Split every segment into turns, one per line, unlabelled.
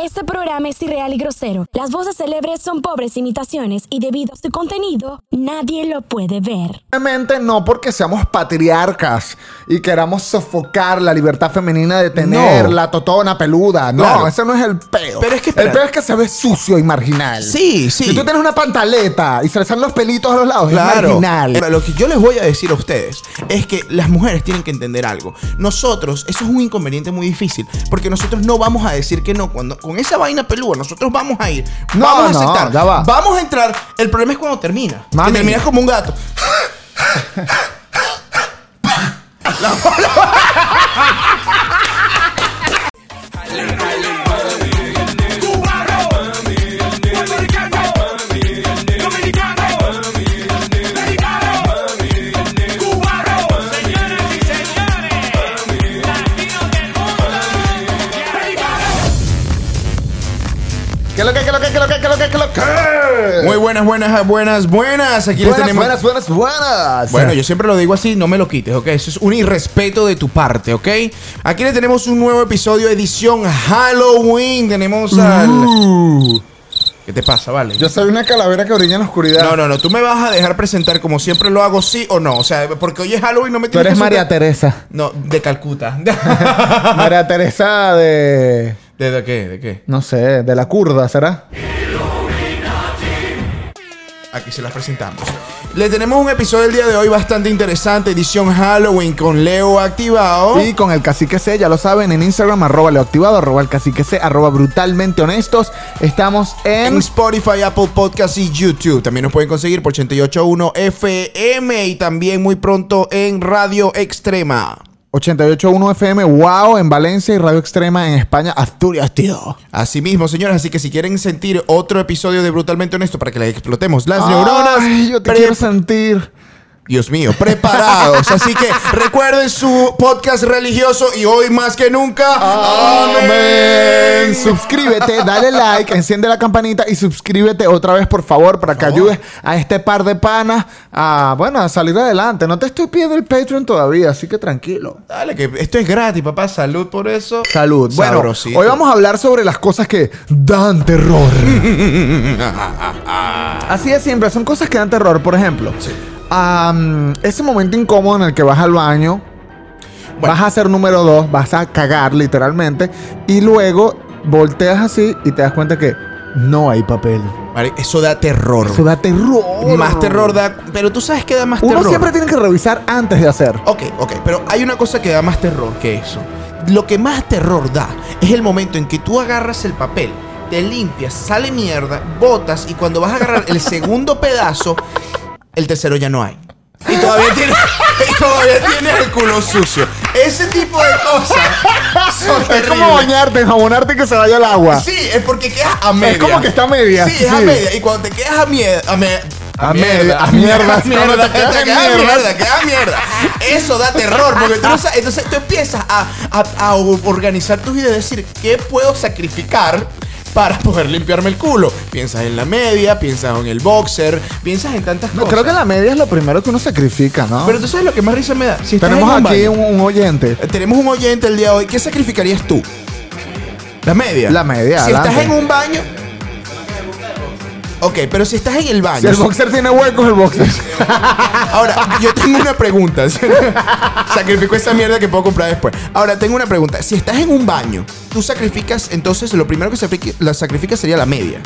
Este programa es irreal y grosero. Las voces célebres son pobres imitaciones y debido a su contenido, nadie lo puede ver.
Obviamente no porque seamos patriarcas y queramos sofocar la libertad femenina de tener
No.
la totona peluda. No,
Claro.
ese no es el peo.
Pero es que
el
espera.
peo es que se ve sucio y marginal.
Sí, sí.
Si tú tienes una pantaleta y se le salen los pelitos a los lados, es marginal.
Ahora, lo que yo les voy a decir a ustedes es que las mujeres tienen que entender algo. Nosotros, eso es un inconveniente muy difícil, porque nosotros no vamos a decir que no. Cuando, con esa vaina pelúa, nosotros vamos a ir.
No,
vamos
no,
a aceptar.
ya va.
Vamos a entrar. El problema es cuando termina. que
Mami.
terminas como un gato.
¿Qué lo que, qué lo que, qué lo que, qué lo que, qué lo que?
Muy buenas, buenas, buenas, buenas. Aquí les
Eh. buenas,
tenemos.
buenas, buenas, buenas.
Bueno, yo siempre lo digo así, no me lo quites, ¿ok? Eso es un irrespeto de tu parte, ¿ok? Aquí le tenemos un nuevo episodio, edición Halloween. Tenemos al.
Uh.
¿Qué te pasa, vale?
Yo soy una calavera que orilla en la oscuridad.
No, no, no, tú me vas a dejar presentar como siempre lo hago, sí o no. O sea, porque hoy es Halloween, no me
Tú
tienes
eres
que
María
soltar-
Teresa.
No, de Calcuta.
María Teresa de.
¿De, de qué? ¿De qué?
No sé, de la curda, ¿será?
Aquí se las presentamos. Le tenemos un episodio el día de hoy bastante interesante, edición Halloween con Leo activado.
Y con el cacique C, ya lo saben, en Instagram, arroba leoactivado, arroba el cacique C, arroba brutalmente honestos. Estamos en.
En Spotify, Apple Podcast y YouTube. También nos pueden conseguir por 881 FM y también muy pronto en Radio Extrema.
88.1 FM, wow, en Valencia y Radio Extrema en España, Asturias, tío.
Así mismo, señores, así que si quieren sentir otro episodio de Brutalmente Honesto para que les explotemos las
Ay,
neuronas,
yo te
pre-
quiero sentir.
Dios mío, preparados. Así que recuerden su podcast religioso y hoy más que nunca.
Amén. Suscríbete, dale like, enciende la campanita y suscríbete otra vez, por favor, para que ayudes a este par de panas a, bueno, a salir adelante. No te estoy pidiendo el Patreon todavía, así que tranquilo.
Dale, que esto es gratis, papá. Salud por eso.
Salud. Bueno,
Sabrosito.
hoy vamos a hablar sobre las cosas que dan terror. Así de siempre, son cosas que dan terror, por ejemplo. am, ese momento incómodo en el que vas al baño,
Bueno.
vas a hacer número dos, vas a cagar literalmente, y luego volteas así y te das cuenta que no hay papel.
Mari- Eso da terror.
Eso da terror.
Más terror da. Pero tú sabes que da más
Uno
terror.
siempre tiene que revisar antes de hacer.
Ok, ok, pero hay una cosa que da más terror que eso. Lo que más terror da es el momento en que tú agarras el papel, te limpias, sale mierda, botas y cuando vas a agarrar el segundo pedazo, el tercero ya no hay. Y todavía tienes, y todavía tienes el culo sucio. Ese tipo de cosas son
Es como
terribles.
bañarte, enjabonarte y que se vaya el agua.
Sí, es porque quedas a media.
Ah. como que está a media,
Sí, es a
sí.
media. Y cuando te quedas a mierda. A, me-
A media, a mierda.
a mierda,
Cuando te
te
quedas
quedas
a
a
mierda.
mierda, quedas a mierda. Eso da terror. Porque tú no sabes- entonces tú empiezas a, a- a organizar tus ideas y decir, ¿qué puedo sacrificar? Para poder limpiarme el culo. Piensas en la media, piensas en el boxer, piensas en tantas
No,
cosas.
creo que la media es lo primero que uno sacrifica, ¿no?
Pero tú sabes lo que más risa me da. Si estás
Tenemos
en un
aquí
baño,
un, un oyente.
eh, tenemos un oyente el día de hoy. ¿Qué sacrificarías tú? La media.
La media,
Si estás en
adelante.
un baño. Ok, pero si estás en el baño.
Si el boxer tiene huecos, el boxer.
Ahora, yo tengo una pregunta. Sacrifico esa mierda que puedo comprar después. Ahora, tengo una pregunta. Si estás en un baño, tú sacrificas, entonces lo primero que sacrifique- la sacrificas sería la media.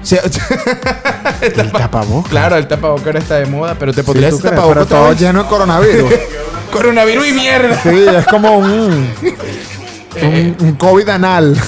O sea,
El tapabocas.
claro, el tapabocas ahora está de moda, pero te
Sí,
podrías
tú
ese
crees, pero
tapabocas otra
todo
vez.
lleno de coronavirus.
Coronavirus y mierda.
Sí, es como un,
Eh.
un, un COVID anal.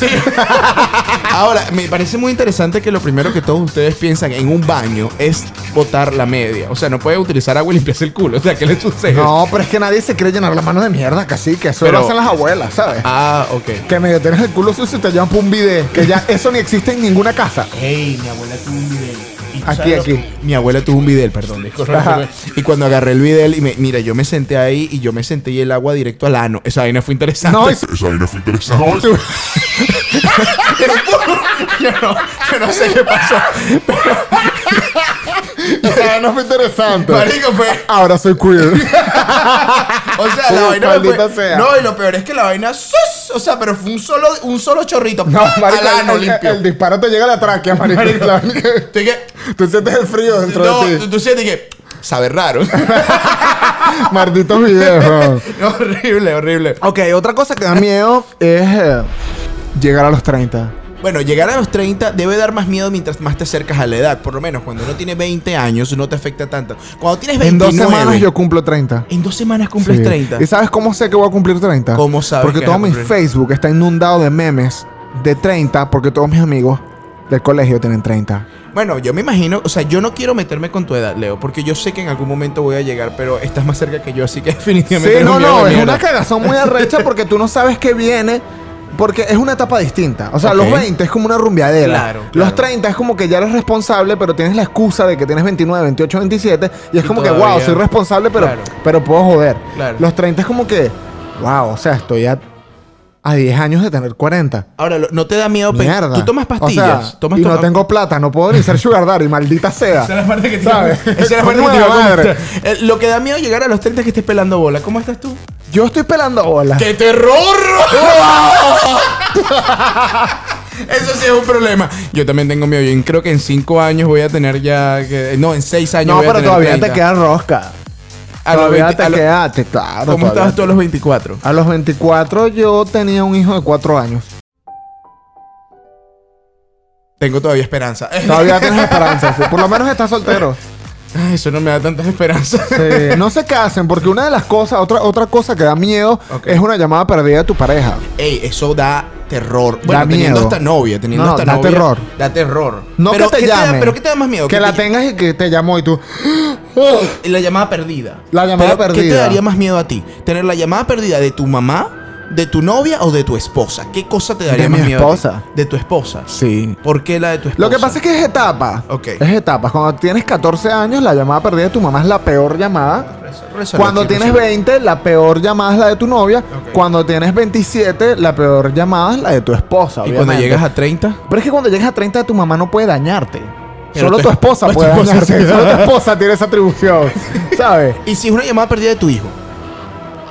Ahora, me parece muy interesante que lo primero que todos ustedes piensan en un baño es botar la media. O sea, no puede utilizar agua y limpiarse el culo. O sea, ¿qué le sucede?
No, pero es que nadie se quiere llenar las manos de mierda, casi que eso
Pero-
lo hacen las abuelas, ¿sabes?
Ah, ok.
Que medio tienes el culo sucio y te llevan por un bidet. Que ya eso ni existe en ninguna casa.
Ey, mi abuela tuvo un videl.
Aquí, aquí.
Mi abuela tuvo un videl, perdón. disculpa.
Ajá.
Y cuando agarré el videl, y me, mira, yo me senté ahí y yo me senté y el agua directo al ano. Esa vaina fue interesante.
No, y-
Esa vaina fue interesante.
tú-
yo, no yo no sé qué pasó.
o sea, no fue interesante.
Marico, fue...
Ahora soy queer.
O sea, la
Uy,
vaina me
maldita
fue-
sea.
No, y lo peor es que la vaina sus, o sea, pero fue un solo, un solo chorrito.
No,
¡pam!
marico,
al ano
el,
limpio.
el disparo te llega a la tráquea, marico. La vaina que-
Tú que-
Tú sientes el frío dentro
no,
de
tú,
ti.
tú sientes que sabe raro.
Malditos videos, weón.
horrible, horrible.
Ok, otra cosa que da miedo es eh, llegar a los 30.
Bueno, llegar a los 30 debe dar más miedo mientras más te acercas a la edad. Por lo menos cuando uno tiene 20 años no te afecta tanto. Cuando tienes 29...
En dos semanas yo cumplo 30.
En dos semanas cumples
Sí.
30.
¿Y sabes cómo sé que voy a cumplir 30?
¿Cómo sabes
Porque
que
todo
vas a
mi
cumplir?
Facebook está inundado de memes de 30 porque todos mis amigos del colegio tienen 30.
Bueno, yo me imagino... O sea, yo no quiero meterme con tu edad, Leo. Porque yo sé que en algún momento voy a llegar, pero estás más cerca que yo. Así que
Sí,
definitivamente... eres
no,
un viejo
no,
de
es
mierda.
una cagazón muy arrecha porque tú no sabes qué viene. Porque es una etapa distinta. O sea,
Ok.
los 20 es como una rumbiadera.
Claro,
Los
claro.
30 es como que ya eres responsable, pero tienes la excusa de que tienes 29, 28, 27. Y es
Y
como que, wow,
todavía-
soy responsable, pero,
Claro.
pero puedo joder.
Claro.
Los 30 es como que, wow, o sea, estoy a, a 10 años de tener 40.
Ahora, lo- ¿no te da miedo... pe-
Mierda.
Tú tomas
O sea,
pastillas. tomas
y no
toma-
tengo plata, no puedo ni ser sugar daddy, maldita sea.
Esa es la parte que te
¿Sabes?
Esa es la parte que
Coño
te
de
iba a
madre.
comentar. Eh, Lo que da miedo llegar a los 30 es que estés pelando bola. ¿Cómo estás tú?
Yo estoy pelando bolas.
¡Qué terror! Eso sí es un problema. Yo también tengo miedo. Yo creo que en 5 años voy a tener ya. que- no, en 6 años.
No,
voy a
pero
tener
todavía
30.
te queda rosca.
A los
todavía
20
te
a lo-
quedaste, claro.
¿Cómo
todavía.
estabas tú a los 24?
A los 24 yo tenía un hijo de 4 años.
Tengo todavía esperanza.
Todavía tienes esperanzas. Por lo menos estás soltero.
Ay, Eso no me da tantas esperanzas.
Sí, no se casen, porque una de las cosas, otra, otra cosa que da miedo
Ok.
es una llamada perdida de tu pareja.
Ey, eso da terror. Bueno,
Da
teniendo
miedo.
esta novia, teniendo
No,
esta
da
novia.
terror.
Da terror.
No que te
¿qué da-
llame.
pero ¿qué te da más miedo?
Que la
te-
tengas y que te llamó y tú. ¡Ah!
eh, La llamada perdida.
La llamada
¿Qué te
perdida.
daría más miedo a ti? ¿Tener la llamada perdida de tu mamá, de tu novia o de tu esposa? ¿Qué cosa te daría
De
más
mi
miedo? a ti?
esposa.
De tu esposa.
Sí.
¿Por qué la de tu esposa?
Lo que pasa es que es etapa.
Ok.
Es etapa. Cuando tienes 14 años, la llamada perdida de tu mamá es la peor llamada. Cuando tienes 20, la peor llamada es la de tu novia.
Ok.
Cuando tienes 27, la peor llamada es la de tu esposa.
Y cuando
obviamente.
llegas a 30.
Pero es que cuando llegas a 30, tu mamá no puede dañarte.
Pero
Solo
te-
tu esposa
pero tu
puede
esposa
dañarte.
sí.
Solo tu esposa tiene esa atribución. ¿Sabes?
Y si es una llamada perdida de tu hijo.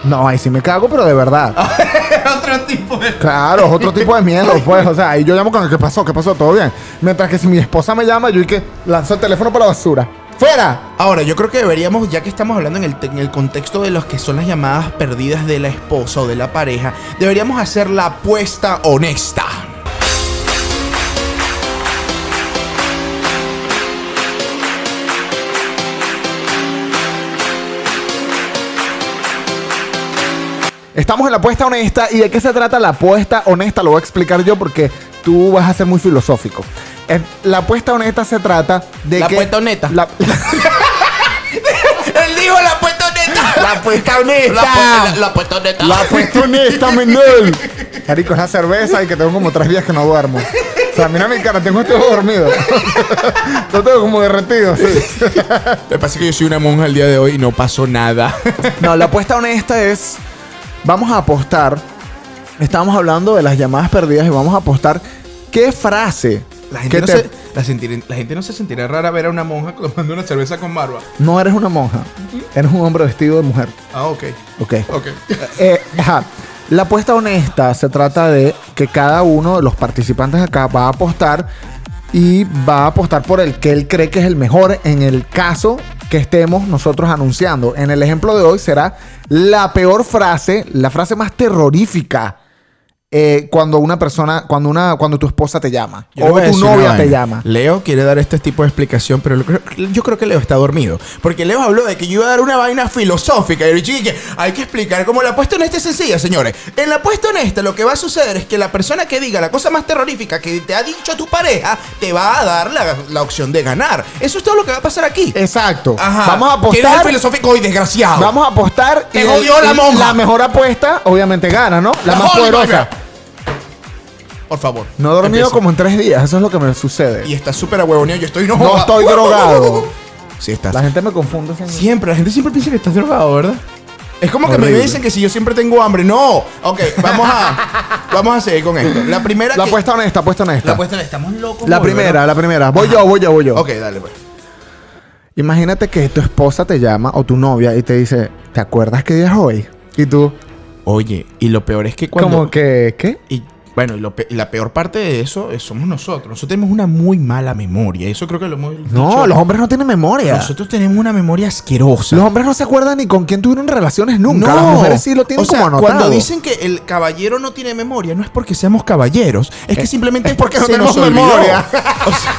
No, ahí sí me cago, pero de verdad.
Ah. Otro tipo de.
Claro, es otro tipo de miedo, pues. O sea, ahí yo llamo con el que pasó, ¿qué pasó? ¿Todo bien? Mientras que si mi esposa me llama, yo y que lanzo el teléfono para la basura. ¡Fuera!
Ahora, yo creo que deberíamos, ya que estamos hablando en el, te- en el contexto de los que son las llamadas perdidas de la esposa o de la pareja, deberíamos hacer la apuesta honesta.
Estamos en la apuesta honesta. ¿Y de qué se trata la apuesta honesta? Lo voy a explicar yo porque tú vas a ser muy filosófico. Eh, La apuesta honesta se trata de
¿La
que.
apuesta honesta?
La,
Él dijo la apuesta honesta.
la apuesta honesta.
La, la apuesta honesta.
La puesto honesta, Manuel. Marico, es la cerveza y que tengo como tres días que no duermo. O sea, mira mi cara, tengo este ojo dormido. Yo tengo como derretido. sí.
Me parece que yo soy una monja el día de hoy y no pasó nada.
No, la apuesta honesta es. Vamos a apostar. Estábamos hablando de las llamadas perdidas y vamos a apostar qué frase.
La
que
gente, no,
te-
se, la, sentir- la gente no se sentirá rara ver a una monja tomando una cerveza con barba.
no eres una monja. Eres un hombre vestido de mujer.
Ah, ok.
Ok.
Ok.
Eh, ajá. La apuesta honesta se trata de que cada uno de los participantes acá va a apostar y va a apostar por el que él cree que es el mejor en el caso que estemos nosotros anunciando. En el ejemplo de hoy será la peor frase, la frase más terrorífica eh, cuando una persona, cuando una, cuando tu esposa te llama
Yo le voy
o
a
tu
decir una
novia te
vaina.
llama.
Leo quiere dar este tipo de explicación, pero lo creo- yo creo que Leo está dormido. Porque Leo habló de que yo iba a dar una vaina filosófica. Y el bicho dije, hay que explicar cómo la apuesta honesta es sencilla, señores. En la apuesta honesta lo que va a suceder es que la persona que diga la cosa más terrorífica que te ha dicho tu pareja, te va a dar la, la opción de ganar. Eso es todo lo que va a pasar aquí.
Exacto.
Ajá.
Vamos a
¿Quién es el
apostar.
filosófico hoy, desgraciado?
Vamos a apostar.
Te jodió la monja.
La mejor apuesta, obviamente gana, ¿no? La,
La
más
Holy
poderosa.
Bible. Por favor.
No he dormido
Empieza.
como en tres días, eso es lo que me sucede.
Y está súper huevoneo. Yo estoy no
No
joda.
estoy drogado.
Sí, estás.
La gente me confunde. señor.
Siempre, la gente siempre piensa que estás drogado, ¿verdad? Es como que
Horrible.
me dicen que si yo siempre tengo hambre. No. Ok, vamos a, vamos a seguir con esto. La primera
La
que-
apuesta honesta, apuesta honesta.
La
La,
apuesta estamos locos. boludo,
primera,
¿verdad?
la primera. Voy yo, voy yo, voy yo.
Ok, dale, pues.
Imagínate que tu esposa te llama o tu novia y te dice, ¿te acuerdas qué día es hoy? Y tú,
Oye, y lo peor es que cuando...
Como que, ¿qué?
Y bueno, y lo pe- y la peor parte de eso es- somos nosotros. Nosotros tenemos una muy mala memoria. Eso creo que lo hemos
No,
dicho.
los hombres no tienen memoria.
Nosotros tenemos una memoria asquerosa.
los hombres no se acuerdan ni con quién tuvieron relaciones nunca. Las mujeres sí lo tienen
o sea,
como anotado.
Cuando dicen que el caballero no tiene memoria, no es porque seamos caballeros, es que simplemente
Eh, es porque no
se nos
tenemos
olvidó.
memoria.
O sea,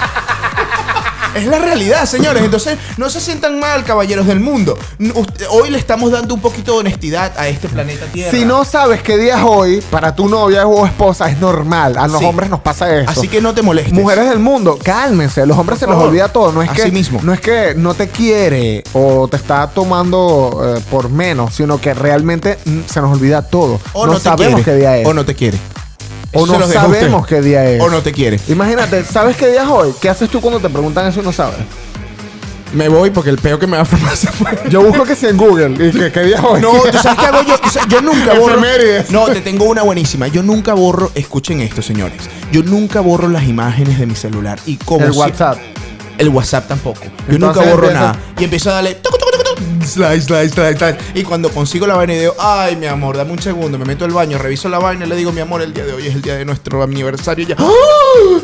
es la realidad, señores. Entonces, no se sientan mal, caballeros del mundo. N- usted- Hoy le estamos dando un poquito de honestidad a este planeta Tierra.
Si no sabes qué día es hoy, para tu novia o esposa es normal. A los
Sí.
hombres nos pasa eso.
Así que no te molestes.
Mujeres del mundo, cálmense. Los hombres
Por
se
favor.
les olvida todo. No es,
Así
que,
mismo.
no es que no te quiere o te está tomando eh, por menos, sino que realmente mm, se nos olvida todo.
o
no,
no, te
sabemos
quiere,
qué día es.
O no te quiere.
O
Eso se
no
los dejo a
sabemos
usted.
qué día es.
O no te quiere.
Imagínate, ¿sabes qué día es hoy? ¿Qué haces tú cuando te preguntan eso y no sabes?
Me voy porque el peo que me va a formar se fue.
Yo busco que si en Google y que qué día es hoy.
No, ¿tú sabes qué hago yo? Tú sabes- Yo nunca borro.
Efemérides.
No, te tengo una buenísima. Yo nunca borro, escuchen esto, señores. Yo nunca borro las imágenes de mi celular. Y como
el
si-
WhatsApp.
El WhatsApp tampoco. Yo
Entonces
nunca borro
empieza-
nada. Y empiezo a darle. tucu, tucu, tucu, tucu, Slide, slide, slide, slide. Y cuando consigo la vaina y digo, ay, mi amor, dame un segundo, me meto al baño, reviso la vaina y le digo, mi amor, el día de hoy es el día de nuestro aniversario. Y, ya, ¡ah!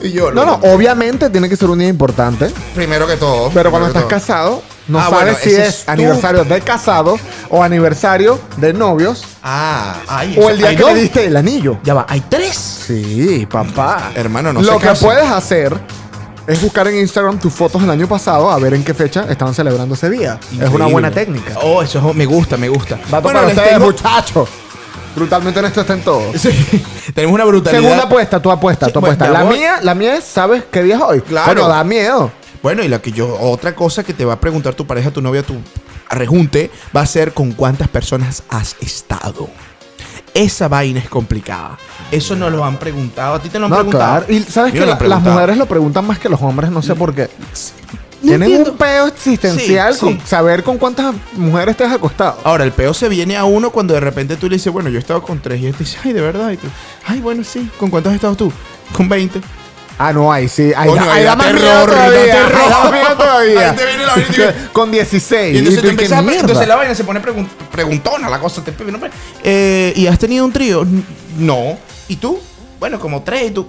y yo,
No, no, obviamente tiene que ser un día importante.
primero que todo.
Pero cuando
primero
estás
que todo.
casado, no
Ah,
sabes
bueno,
si
ese
es
es tú.
aniversario de casado o aniversario de novios
Ah, ahí.
o el día
ahí
que
no.
le diste el anillo.
Ya va, hay tres.
Sí, papá.
Hermano, no se
Lo que
casen.
puedes hacer es buscar en Instagram tus fotos del año pasado a ver en qué fecha estaban celebrando ese día. Es una
Increíble.
buena técnica.
Oh, eso es- me gusta, me gusta.
Va
Bueno,
para
les
ustedes,
tengo-
muchachos. Brutalmente honesto están todos.
Sí, tenemos una brutalidad.
Segunda apuesta, tu apuesta,
Sí,
tu
bueno,
apuesta.
ya
la
voy.
mía, la mía es, ¿sabes qué día es hoy?
Claro.
Bueno, da miedo.
Bueno, y la que yo, otra cosa que te va a preguntar tu pareja, tu novia, tu rejunte, va a ser con cuántas personas has estado. Esa vaina es complicada. Eso no lo han preguntado. A ti te lo han
No,
preguntado.
claro. Y sabes que
Yo lo he
la- las
preguntado.
mujeres lo preguntan más que los hombres, no sé por qué.
No
Tienen
entiendo.
un peo existencial
Sí,
con
sí.
saber con cuántas mujeres te has acostado.
Ahora, el peo se viene a uno cuando de repente tú le dices, bueno, yo he estado con tres. Y él te dice, ay, de verdad. Y tú, ay, bueno, sí. ¿Con cuántos has estado tú? Con 20.
Ah, no, ahí sí. Ahí,
Coño,
da,
ahí
ahí
da
da más
terror,
miedo
da
todavía.
terror.
Ahí da miedo todavía.
Ahí te viene la vaina y te dice-
Con 16.
Y entonces,
tú,
te
¿qué
empiezas a pre-
mierda?
entonces la vaina se pone pregun- preguntona, la cosa te pide, no, pero- Eh, ¿Y has tenido un trío? N- No. ¿Y tú? Bueno, como tres, y tú.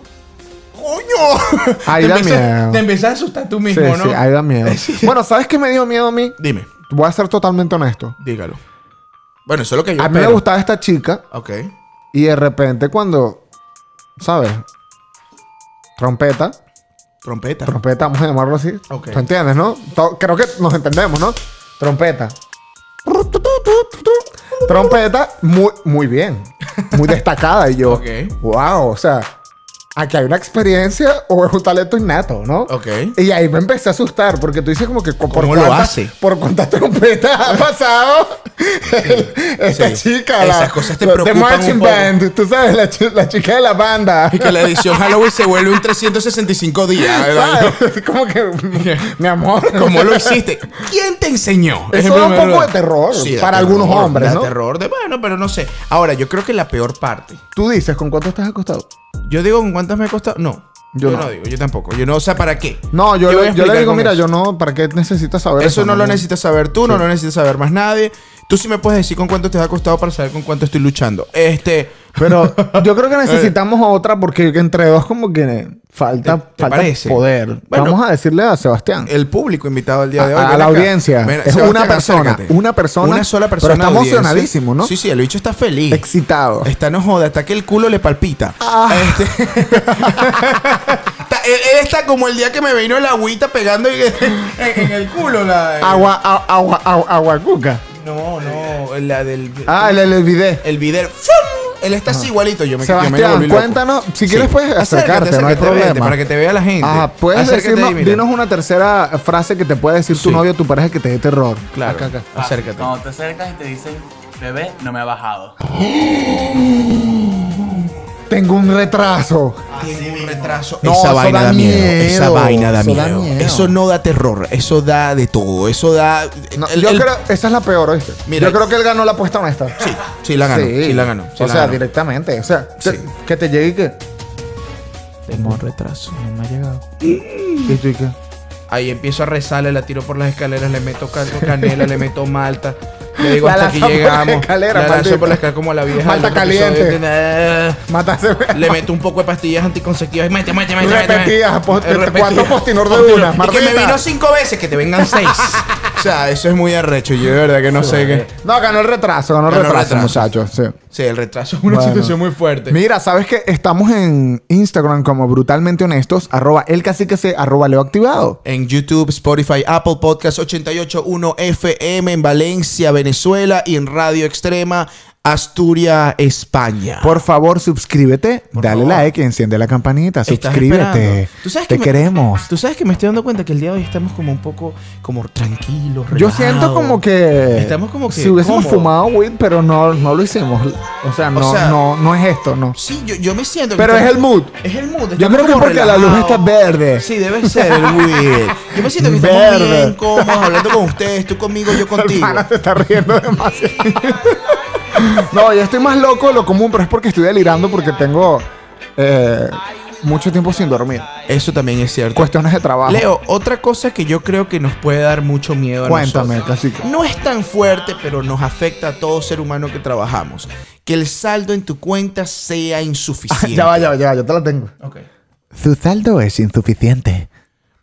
¡Coño!
Ahí
te
da
empiezas-
miedo.
Te empiezas a asustar tú
Sí,
mismo, ¿no?
sí, ahí da miedo. bueno, ¿sabes qué me dio miedo a mí?
Dime,
Voy a ser totalmente honesto.
dígalo. Bueno, eso es lo que yo.
A mí me
espero.
gustaba esta chica
Ok.
y de repente cuando, ¿sabes? Trompeta.
Trompeta.
Trompeta, vamos a llamarlo así.
Ok.
¿Tú entiendes, no? To- Creo que nos entendemos, ¿no? Trompeta. Trompeta, muy, muy bien. Muy destacada. Y yo,
Ok.
wow, o sea, aquí hay una experiencia o es un talento innato, ¿no?
Ok.
Y ahí me empecé a asustar porque tú dices como que ¿Cómo
lo hace?
Por cuántas trompetas ha pasado esta
Sí.
chica.
Esas cosas te
la-
preocupan un
The Marching
poco.
Band, tú sabes, la, chi- la chica de la banda.
Y que la edición Halloween se vuelve un 365 días. ¿verdad?
¿Sabes? Como que, mi amor.
¿Cómo lo hiciste? ¿Quién te enseñó?
Eso
Es el
da un
primer
poco
lugar.
de terror
da
para algunos hombres,
da
¿no?
terror de, bueno, pero no sé. Ahora, yo creo que la peor parte.
Tú dices, ¿con cuánto estás acostado?
Yo digo, ¿con cuántas me ha costado? No.
Yo
Yo,
no.
no. digo, yo tampoco. Yo no, o sea, ¿para qué?
No, yo,
¿Qué voy a
le, yo le
explicar
digo,
con
mira,
eso?
yo no, ¿para qué necesitas saber
Eso no lo
necesitas
necesitas saber tú, no lo necesitas saber más nadie. Tú sí me puedes decir con cuánto te ha costado para saber con cuánto estoy luchando. Este.
Pero yo creo que necesitamos otra porque entre dos como que falta,
¿Te- te
falta
parece?
poder.
Bueno. Eh.
Vamos a decirle a Sebastián.
El público invitado al día de hoy.
A- a
ven
la
acá.
audiencia.
Ven,
Es una persona, una persona,
Una sola
pero
persona.
está
de audiencia.
emocionadísimo, ¿no?
Sí, sí, el bicho está feliz.
Excitado.
Está no joda, hasta que el culo le palpita.
Ah.
Este- Está- él, él está como el día que me vino la agüita pegando en, en- en el culo. La,
Agua, a- agua, agua, aguacuca.
No, no, la del.
Ah, le, le olvidé.
el video. ¡fum! Él está así igualito. Yo me, yo me
Sebastián,
volví loco.
cuéntanos. Si quieres, puedes acercarte, no hay
acércate, vente,
problema.
para que te vea la gente.
Ajá, puedes
Acércate
decirnos,
ahí, mira.
dinos una tercera frase que te pueda decir tu
Sí.
novio o tu pareja que te dé terror.
Claro,
Acá, acá.
Ah,
acércate.
Cuando te acercas y te dicen, bebé, no me ha bajado.
Tengo un retraso.
Tiene un retraso.
No,
esa
eso
vaina
da
da, miedo.
miedo.
Esa vaina da
Eso
miedo.
da miedo.
Eso no da terror. Eso da de todo. Eso da.
No,
el-
yo
el-
creo, esa es la peor, ¿oíste?
Mira.
yo creo que él ganó la apuesta honesta.
Sí, sí la ganó. Sí, la ganó. sí
o
la
sea,
ganó.
directamente. O sea, te-
Sí.
que te llegue y que.
Tengo un retraso.
No me ha llegado.
Mm.
¿Y tú y qué?
Ahí empiezo a rezarle, la tiro por las escaleras, le meto cal- canela, le meto malta. Le digo
La
hasta aquí
lanza por la
llegamos.
escalera,
la lanzo
maldita.
por la escalera como la vieja.
Mata
del otro episodio.
Matarse.
Le meto un poco de pastillas anticonceptivas. Mete, mete, mete. mete,
Repetidas,
mete.
post-
Eh, repetidas.
cuatro postinor de
Postinor.
una,
Y que me
Margarita.
vino cinco veces, que te vengan seis. o sea, eso es muy arrecho. Yo de verdad que no sé qué.
No, ganó el retraso, ganó el
Ganó el
retraso,
retraso.
muchachos. sí.
Sí, el retraso es una
Bueno.
situación muy fuerte.
Mira, sabes que estamos en Instagram como brutalmente honestos, arroba el cacique se arroba leo activado.
En YouTube, Spotify, Apple Podcast 881 FM en Valencia, Venezuela y en Radio Extrema, Asturias, España.
Por favor, suscríbete, dale
favor.
like y enciende la campanita,
Estás
suscríbete.
esperando. ¿Tú sabes
Te
que me-
queremos.
Tú sabes que me estoy dando cuenta que el día de hoy estamos como un poco como tranquilos.
Yo
relajados.
siento como que.
Estamos como que
Si hubiésemos
cómodos.
fumado weed, pero no, no lo hicimos. O sea, no,
sea-
no, no es esto, no.
Sí, yo, yo me siento. que
Pero es
estamos-
el mood.
Es el mood.
Yo
estamos
creo que
como
porque la luz está
relajados.
verde.
Sí, debe ser el weed. Yo me siento que estamos
Verde.
bien cómodos hablando con ustedes, tú conmigo, yo
El
contigo.
pana se está riendo demasiado. no, yo estoy más loco de lo común, pero es porque estoy delirando porque tengo eh, mucho tiempo sin dormir.
Eso también es cierto.
Cuestiones de trabajo.
Leo, otra cosa que yo creo que nos puede dar mucho miedo a
Cuéntame,
nosotros.
cacique.
No es tan fuerte, pero nos afecta a todo ser humano que trabajamos. Que el saldo en tu cuenta sea insuficiente.
ya va, ya va, ya va, yo te la tengo.
Ok.
Su saldo es insuficiente.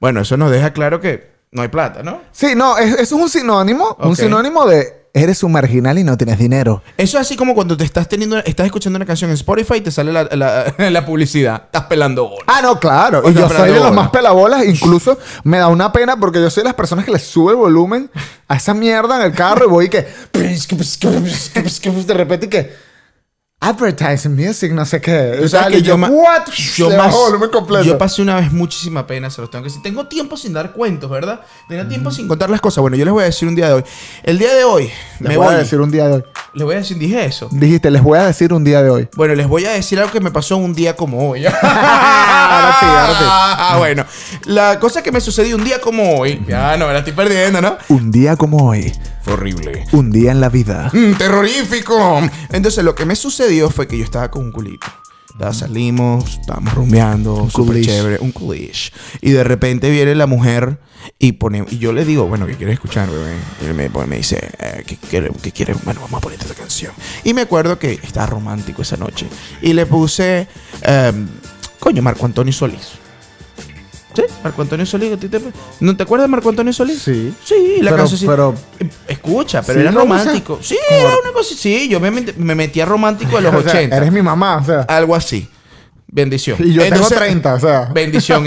Bueno, eso nos deja claro que no hay plata, ¿no?
Sí, no, es- eso es un sinónimo. Un
Ok.
sinónimo de eres un marginal y no tienes dinero.
Eso es así como cuando te estás teniendo, estás escuchando una canción en Spotify y te sale la, la- la publicidad. Estás pelando bola.
Ah, no, claro.
O
Y
sea,
yo
pero
soy de
no,
los
bueno.
más pelabolas. Incluso me da una pena porque yo soy de las personas que les sube el volumen a esa mierda en el carro y voy y que. De repente y que. Advertising music, no sé qué.
Tú
O sea,
sabes que yo, ma-
¿What?
yo
Le
más-
bajo volumen completo.
yo pasé una vez muchísima pena, se los tengo que decir. Tengo tiempo sin dar cuentos, ¿verdad? Tengo tiempo sin contar las cosas. Bueno, yo les voy a decir un día de hoy. El día de hoy,
les
me
voy
voy.
a decir un día de hoy.
Les voy a decir, dije eso.
Dijiste, les voy a decir un día de hoy.
Bueno, les voy a decir algo que me pasó un día como hoy.
Ahora sí, ahora sí.
Ah, bueno. La cosa que me sucedió un día como hoy. Ya, no me la estoy perdiendo, ¿no?
Un día como hoy.
Fue horrible.
Un día en la vida.
Mm, terrorífico. Entonces lo que me sucedió fue que yo estaba con un culito. Ya salimos, estábamos rumeando, súper
culish.
chévere, un culish. Y de repente viene la mujer y pone, y yo le digo, bueno, ¿qué quieres escuchar, bebé? Y él me, pone- me dice, eh, ¿qué, quieres? ¿qué quieres? Bueno, vamos a ponerte esta canción. Y me acuerdo que estaba romántico esa noche. Y le puse, em, coño, Marco Antonio Solís. ¿Sí? Marco Antonio Solís. ¿a ti te- ¿No te acuerdas de Marco Antonio Solís?
Sí.
Sí, la
Pero-
canción. sí.
pero-
Escucha, pero
Sí,
era
lo usas
romántico. Sí,
como-
era una cosa. Sí, yo me, met- me metía romántico a los
O sea,
80.
eres mi mamá, o sea.
Algo así. Bendición.
Y yo tengo 30, o sea.
Bendición,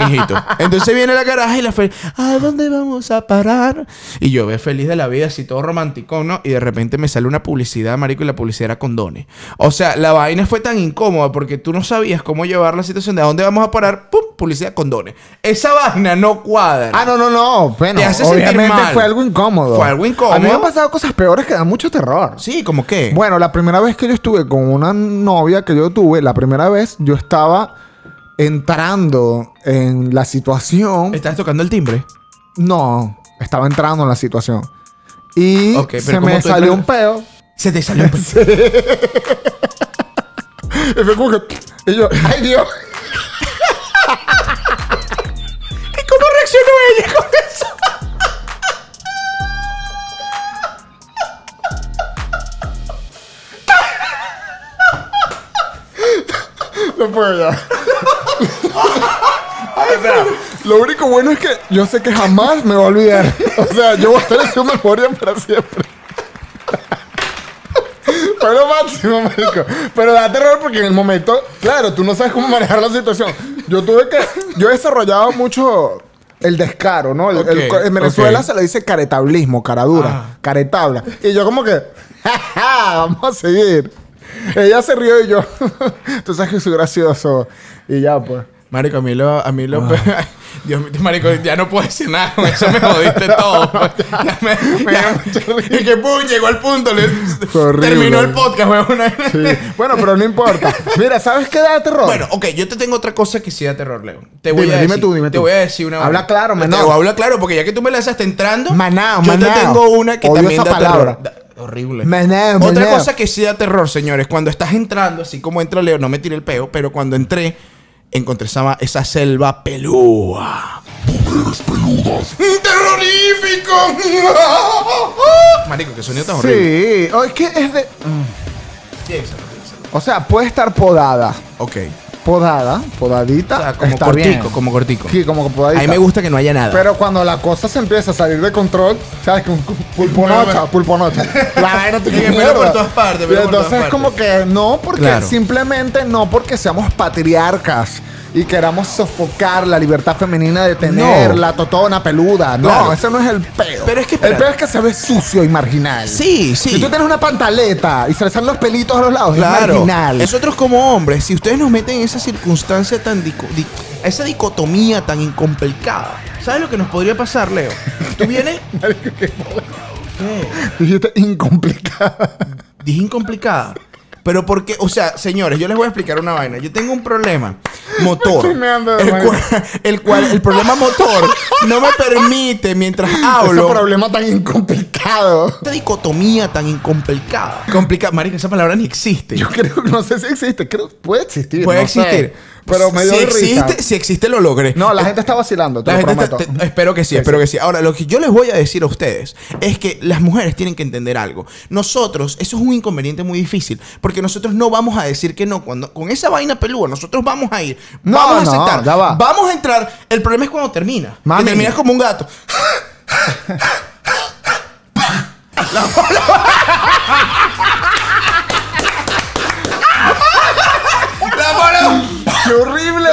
hijito. Entonces viene la caraja y la feliz. ¿A dónde vamos a parar? Y yo ve feliz de la vida, así todo romántico, ¿no? Y de repente me sale una publicidad, marico, y la publicidad era condones. O sea, la vaina fue tan incómoda porque tú no sabías cómo llevar la situación de a dónde vamos a parar. ¡Pum! Publicidad condones. Esa vaina no cuadra.
Ah, no, no, no. Bueno,
Te hace sentir
obviamente
mal.
fue algo incómodo.
Fue algo incómodo.
A mí me han pasado cosas peores que dan mucho terror.
Sí, como que.
Bueno, la primera vez que yo estuve con una novia que yo tuve, la primera vez yo estaba entrando en la situación.
Estás tocando el timbre.
No, estaba entrando en la situación. Y
Ok, pero
se
¿cómo
me
tú
salió
entras?
un peo.
Se te salió. un-
Y fue como que. Y yo, ay Dios.
¿Y cómo reaccionó ella con eso?
No puedo ya. Lo único bueno es que yo sé que jamás me va a olvidar. O sea, yo voy a estar en su memoria para siempre. Fue lo máximo, marico. Pero da terror porque en el momento, claro, tú no sabes cómo manejar la situación. Yo tuve que. Yo he desarrollado mucho el descaro, ¿no? El- el-
Ok,
en Venezuela
ok.
se le dice caretablismo, cara dura,
Ah.
caretabla. Y yo, como que. "Ja, ja, Vamos a seguir. Ella se rió y yo. tú sabes que soy gracioso. Y ya, pues.
Marico, a mí lo... A mí
Ah.
lo Dios mío, marico, ya no puedo decir nada. Con eso me jodiste todo. pues. Ya me, ya- y que pum, llegó al punto. le-
horrible.
terminó el podcast, weón.
Sí. Bueno, pero no importa. Mira, ¿sabes qué da terror?
Bueno, ok, yo te tengo otra cosa que sí da terror, Leo. Te voy
Dime,
a
dime
decir,
tú, dime
Te
tú.
voy a decir una.
Habla claro,
Te-
Manao.
Habla claro, porque ya que tú me lanzaste entrando.
Manao,
yo
Manao.
te tengo una que
Odio
también
esa
da
palabra.
terror. Da- horrible.
Manao,
Otra
Manao.
cosa que sí da terror, señores, cuando estás entrando, así como entra Leo, no me tiré el peo, pero cuando entré, encontré esa, esa selva pelúa. ¡Terrorismo! científico. Marico, qué sonido tan horrible.
Sí, o es que es de. mm,
Piénsalo, piénsalo.
O sea, puede estar podada.
Ok.
Podada, podadita.
O sea, como
Ah, está
cortico,
bien.
como cortico.
Sí, como que
A
podadita.
mí me gusta que no haya nada.
Pero cuando la cosa se empieza a salir de control, ¿sabes? Con cu- pulponocha, pulponocha. La vaina te
Y que pelo
mierda.
por todas partes, pelo
Y
por todas
entonces
partes.
como que no, porque
Claro.
simplemente no porque seamos patriarcas y queramos sofocar la libertad femenina de tener
No.
la totona peluda. No,
Claro.
ese no es el peo.
Pero es que,
el
espérate.
peo es que se ve sucio y marginal.
Sí, sí.
Si tú tienes una pantaleta y se le salen los pelitos a los lados, es marginal.
Nosotros como hombres, si ustedes nos meten en esa circunstancia tan dico- di- a esa dicotomía tan incomplicada, ¿sabes lo que nos podría pasar, Leo? Tú vienes,
Dijiste incomplicada.
dije incomplicada. Pero porque, o sea, señores, yo les voy a explicar una vaina. Yo tengo un problema motor.
Me estoy meando de
El
vaina.
cual, el cual, el problema motor no me permite mientras hablo.
Ese problema tan incomplicado.
Esta dicotomía tan incomplicada. Complicada, marica, esa palabra ni existe.
Yo creo, no sé si existe, creo puede existir.
Puede
no sé.
existir.
pero me dio
si
risa.
existe, si existe lo logré.
No, la gente está vacilando, te
La
lo
gente está-
prometo.
te- espero que sí, espero que sí. Ahora, lo que yo les voy a decir a ustedes es que las mujeres tienen que entender algo. Nosotros, eso es un inconveniente muy difícil, porque nosotros no vamos a decir que no. Cuando, con esa vaina pelúa, nosotros vamos a ir,
No,
vamos
no,
a aceptar,
ya va.
vamos a entrar. El problema es cuando termina. que
Mami.
terminas como un gato. La bola-
¡Qué horrible!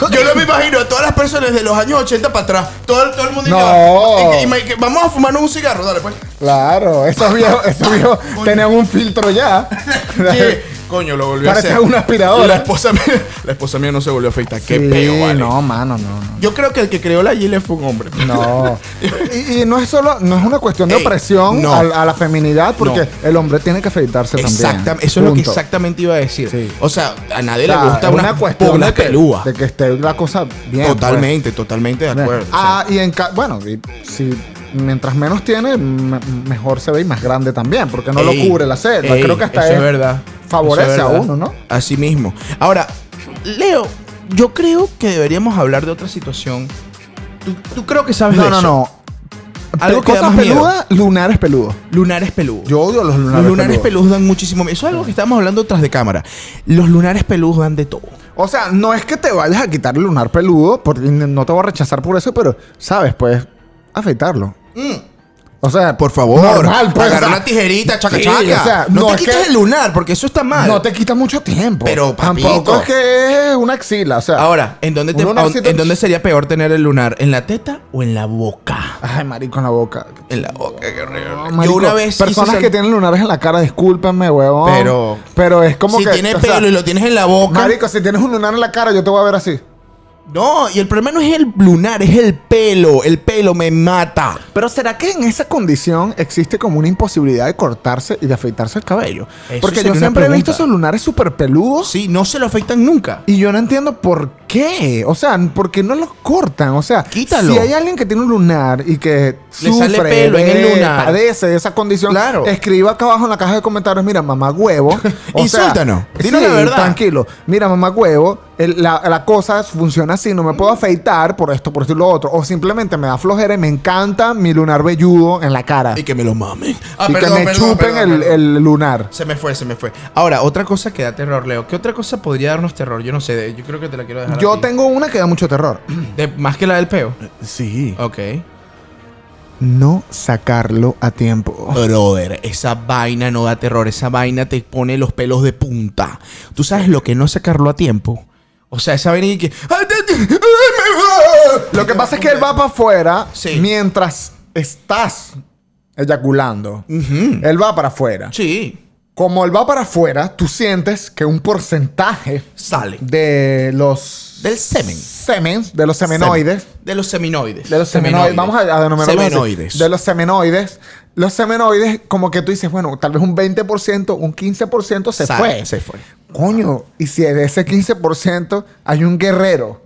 yo no me imagino a todas las personas de los años 80 para atrás. Todo, todo el mundo
No.
iba- y- y- y- que Vamos a fumarnos un cigarro, dale pues.
claro, esos viejos, esos viejos tenían un filtro ya.
Sí. Coño, lo volvió a
Parecía
hacer.
una aspiradora.
La esposa mía, la esposa mía no se volvió a afeitar. Qué
Sí,
peo, vale.
No, mano, no. no.
Yo creo que el que creó la Gile fue un hombre.
No. Y, y no es solo, no es una cuestión de
Ey,
opresión
no.
a, a la feminidad, porque el hombre tiene que afeitarse también.
Exactamente, eso es lo que
Punto.
exactamente iba a decir.
Sí.
O sea, a nadie
O sea,
le gusta
es
una,
cuestión
una
de, que,
pelúa.
de que esté la cosa bien. pues.
totalmente, totalmente de acuerdo. o sea.
Ah, y en ca- bueno, y si mientras menos tiene, me- mejor se ve y más grande también, porque no
Ey,
lo cubre la selva.
ey,
Creo que hasta
eso
es-
es verdad.
favorece
Eso es
a
verdad.
uno, ¿no?
Así mismo. Ahora, Leo, yo creo que deberíamos hablar de otra situación. Tú, tú creo que sabes
No,
de
no,
eso.
no.
Algo
Pe-
que da
cosas
más miedo.
peludas, lunares peludos.
Lunares peludos.
Yo odio los lunares,
Los lunares
peludos.
peludos dan muchísimo miedo. Eso es algo que estábamos hablando tras de cámara. Los lunares peludos dan de todo.
O sea, no es que te vayas a quitar el lunar peludo, porque n- no te voy a rechazar por eso, pero, ¿sabes? Puedes afeitarlo. O sea,
Mm. Por favor,
normal, pues,
agarra
o sea,
una tijerita, chaca,
sí,
chaca.
o sea,
no,
no
te
es
quites
que-
el lunar porque eso está mal.
no te quita mucho tiempo.
Pero, papito.
Tampoco es que es una axila, o sea.
Ahora, ¿en dónde, te-
Un lunarcito-
aún- ¿en dónde sería peor tener el lunar? ¿En la teta o en la boca?
Ay, marico, en la boca.
En la boca, qué horrible.
No, marico,
Yo una vez hice
personas
sal-
que tienen lunares en la cara, discúlpenme, huevón.
Pero-
pero es como
si
que
tienes
o
pelo
sea,
y lo tienes en la boca.
Marico, si tienes un lunar en la cara, yo te voy a ver así.
No, y el problema no es el lunar, es el pelo. El pelo me mata.
Pero ¿será que en esa condición existe como una imposibilidad de cortarse y de afeitarse el cabello?
Eso
Porque
sería
yo
una
siempre he
pregunta.
visto esos lunares súper peludos
Sí, no se lo afeitan nunca.
y yo no entiendo por qué. O sea, ¿por qué no los cortan? O sea,
Quítalo.
si hay alguien que tiene un lunar y que
Le sale pelo en el lunar.
padece de esa condición,
Claro.
escriba acá abajo en la caja de comentarios, mira, mamá huevo. O sea,
Insúltanos. Dinos
sí,
la verdad.
Tranquilo. Mira, mamá huevo, el- la, la cosa funciona así, no me puedo afeitar por esto, por esto y lo otro. O simplemente me da flojera y me encanta mi lunar velludo en la cara.
Y
Y,
que me lo mamen. Ah,
que me chupen el, el lunar.
Se me fue, se me fue. Ahora, otra cosa que da terror, Leo. ¿Qué otra cosa podría darnos terror? Yo no sé, yo creo que te la quiero dejar. a
Yo
ti.
tengo una que da mucho terror.
De- más que la del peo.
Sí.
Ok.
No sacarlo a tiempo.
Brother, esa vaina no da terror, esa vaina te pone los pelos de punta. ¿Tú sabes lo que no es sacarlo a tiempo? O sea, esa vaina y que... ¡Ay, te- ay, me va!
Lo que pasa es que él va para afuera
Sí.
mientras estás eyaculando. Él va para afuera.
Sí,
Como él va para afuera, tú sientes que un porcentaje
sale.
de los
Del semen.
semens, de los semenoides,
De los seminoides.
de los semenoides, vamos a, a denominarlo así.
Semenoides.
de los semenoides, los semenoides, como que tú dices, bueno, tal vez un 20%, un 15% se
Sale,
fue.
Se fue.
Coño, y si de ese 15% hay un guerrero.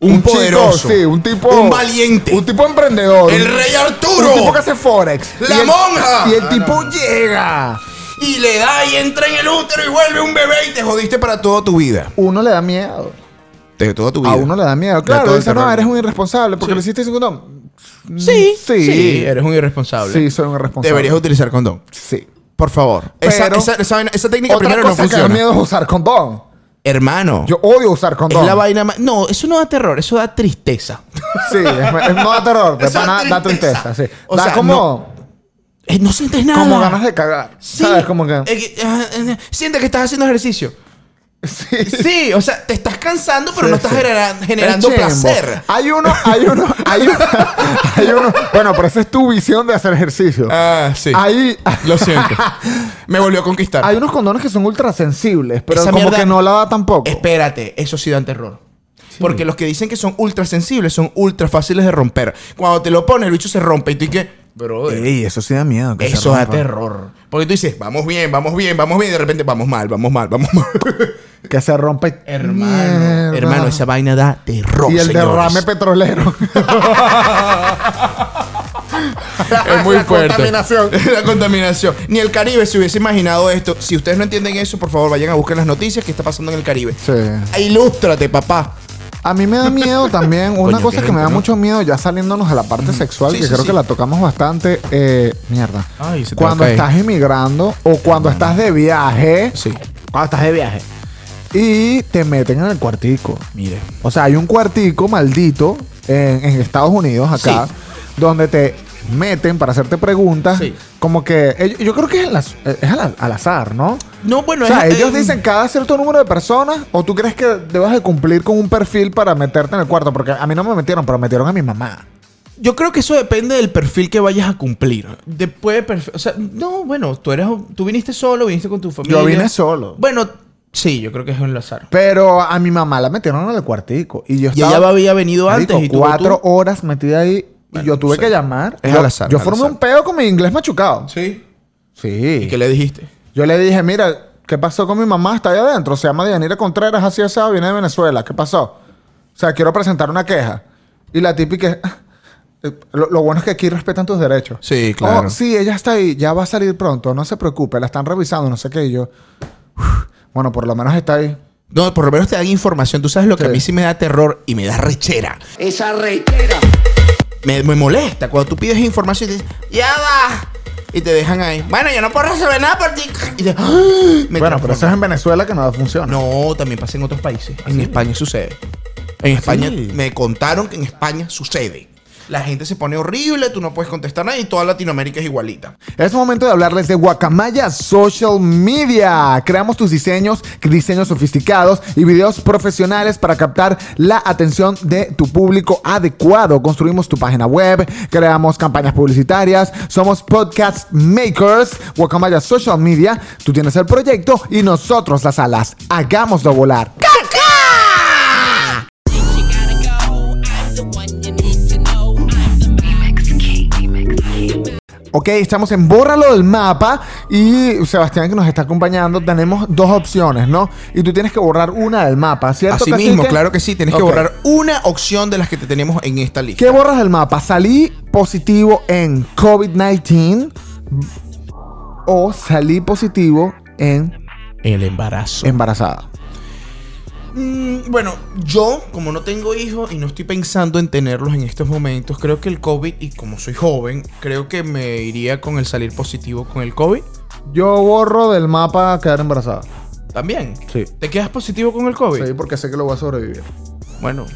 Un
chico,
poderoso.
sí, un tipo.
Un valiente.
Un tipo emprendedor.
¡El
un-
rey Arturo!
Un tipo que hace Forex.
¡La
Y el-
monja!
Y el
Ah,
tipo llega.
Y le da y entra en el útero y vuelve un bebé y te jodiste para toda tu vida.
Uno le da miedo.
De toda tu
A uno le da miedo.
todo
Claro,
el
dice, no,
terror.
eres un irresponsable porque
Sí.
lo hiciste sin condón.
Sí,
Sí.
sí. eres un irresponsable.
Sí, soy un responsable.
Deberías utilizar condón.
Sí.
Por favor. Esa,
Pero-
esa- esa vaina- esa técnica
Otra
primero
cosa
no
que da
funciona.
miedo es usar condón.
Hermano.
Yo odio usar
es
condón.
la vaina más. No, eso no da terror, eso da tristeza.
Sí, es, es- no da terror, de
Eso da
pana da
tristeza.
tristeza. Sí.
O
da
sea,
como,
Eh, no sientes nada.
como ganas de cagar. ¿Sabes? Como que.
Eh, que- ah, eh, sientes que estás haciendo ejercicio.
sí.
Sí, o sea, te estás cansando, pero
Sí,
no estás
sí.
genera- generando
Es chimbo.
placer.
Hay uno, hay uno, hay uno, hay uno. Bueno, pero esa es tu visión de hacer ejercicio.
Ah, sí.
Hay,
Lo siento. Me volvió a conquistar.
hay unos condones que son ultrasensibles, pero
Esa
como
mierda-
que no la da tampoco.
Espérate, eso sí dan terror. Porque los que dicen que son ultra sensibles son ultra fáciles de romper. Cuando te lo pones, el bicho se rompe y tú y que. Bro,
Ey, eso sí da miedo. que se
eso da
rompa.
terror. Porque tú dices, vamos bien, vamos bien, vamos bien, y de repente vamos mal, vamos mal, vamos mal.
Que se rompa. y- Mierda.
Hermano, esa vaina da terror.
Y el
señores.
derrame petrolero.
es muy
La
fuerte.
contaminación.
la contaminación. Ni el Caribe se hubiese imaginado esto. Si ustedes no entienden eso, por favor, vayan a buscar las noticias que está pasando en el Caribe.
sí.
Ilústrate, papá.
A mí me da miedo también, una
Coño,
cosa
qué
que me da
gente, ¿no?
mucho miedo, ya saliéndonos a la parte sexual,
Sí,
que
sí,
creo
sí.
que la tocamos bastante, eh, mierda.
Ay, se te va a
cuando
caer.
estás emigrando o cuando estás de viaje,
Sí.
cuando estás de viaje, y te meten en el cuartico.
Mire.
O sea, hay un cuartico maldito en, en Estados Unidos, acá,
Sí.
donde te meten para hacerte preguntas,
Sí.
como que, eh, yo creo que es, al az- eh, es al, al azar, ¿no?
No, bueno,
O sea,
es-
ellos
eh,
dicen cada cierto número de personas, o tú crees que debas de cumplir con un perfil para meterte en el cuarto, porque a mí no me metieron, pero metieron a mi mamá.
Yo creo que eso depende del perfil que vayas a cumplir. Después, o sea, no, bueno, tú eres, tú viniste solo, viniste con tu familia.
Yo vine solo.
Bueno, sí, yo creo que es un azar.
Pero a mi mamá la metieron en el cuartico. Y yo
Y
estaba.
ella había venido
marico,
antes y tú,
cuatro
tú-
horas metida ahí.
Bueno,
y yo tuve
sí.
que llamar.
Es
yo,
al azar,
Yo
al
formé
azar.
un pedo con mi inglés machucado.
Sí.
Sí.
¿Y qué le dijiste?
Yo le dije, mira, ¿qué pasó con mi mamá? Está allá adentro. Se llama Dianira Contreras, así asado, viene de Venezuela. ¿Qué pasó? O sea, quiero presentar una queja. Y la típica es... "Ah, eh, Lo, lo bueno es que aquí respetan tus derechos.
Sí, claro.
"Oh, sí, ella está ahí, ya va a salir pronto, no se preocupe, la están revisando, no sé qué. Y yo, "Uf, bueno, por lo menos está ahí.
No, por lo menos te dan información. Tú sabes lo que
Sí.
a mí sí me da terror y me da rechera.
Esa rechera.
Me, me molesta cuando tú pides información y te dicen, ya va. Y te dejan ahí. Bueno, yo no puedo resolver nada por ti. Y te- ¡Ah! Me
bueno, pero
transformo.
eso es en Venezuela que no funciona.
No, también pasa en otros países. En España sucede. En España me contaron que en España sucede. La gente se pone horrible, tú no puedes contestar nada y toda Latinoamérica es igualita.
Es momento de hablarles de Guacamaya Social Media. Creamos tus diseños, diseños sofisticados y videos profesionales para captar la atención de tu público adecuado. Construimos tu página web, creamos campañas publicitarias, somos podcast makers. Guacamaya Social Media, tú tienes el proyecto y nosotros las alas. Hagámoslo volar. Ok, estamos en Bórralo del mapa y Sebastián que nos está acompañando, tenemos dos opciones, ¿no? Y tú tienes que borrar una del mapa, ¿cierto?
Así
cacique?
mismo, claro que sí, tienes
Ok.
que borrar una opción de las que te tenemos en esta lista.
¿Qué borras del mapa? ¿Salí positivo en COVID-19 o salí positivo en
El embarazo.
embarazada?
Mm, bueno, yo, como no tengo hijos y no estoy pensando en tenerlos en estos momentos, creo que el COVID, y como soy joven, creo que me iría con el salir positivo con el COVID.
Yo borro del mapa quedar embarazada.
También.
Sí.
¿Te quedas positivo con el COVID?
Sí, porque sé que lo voy a sobrevivir.
Bueno,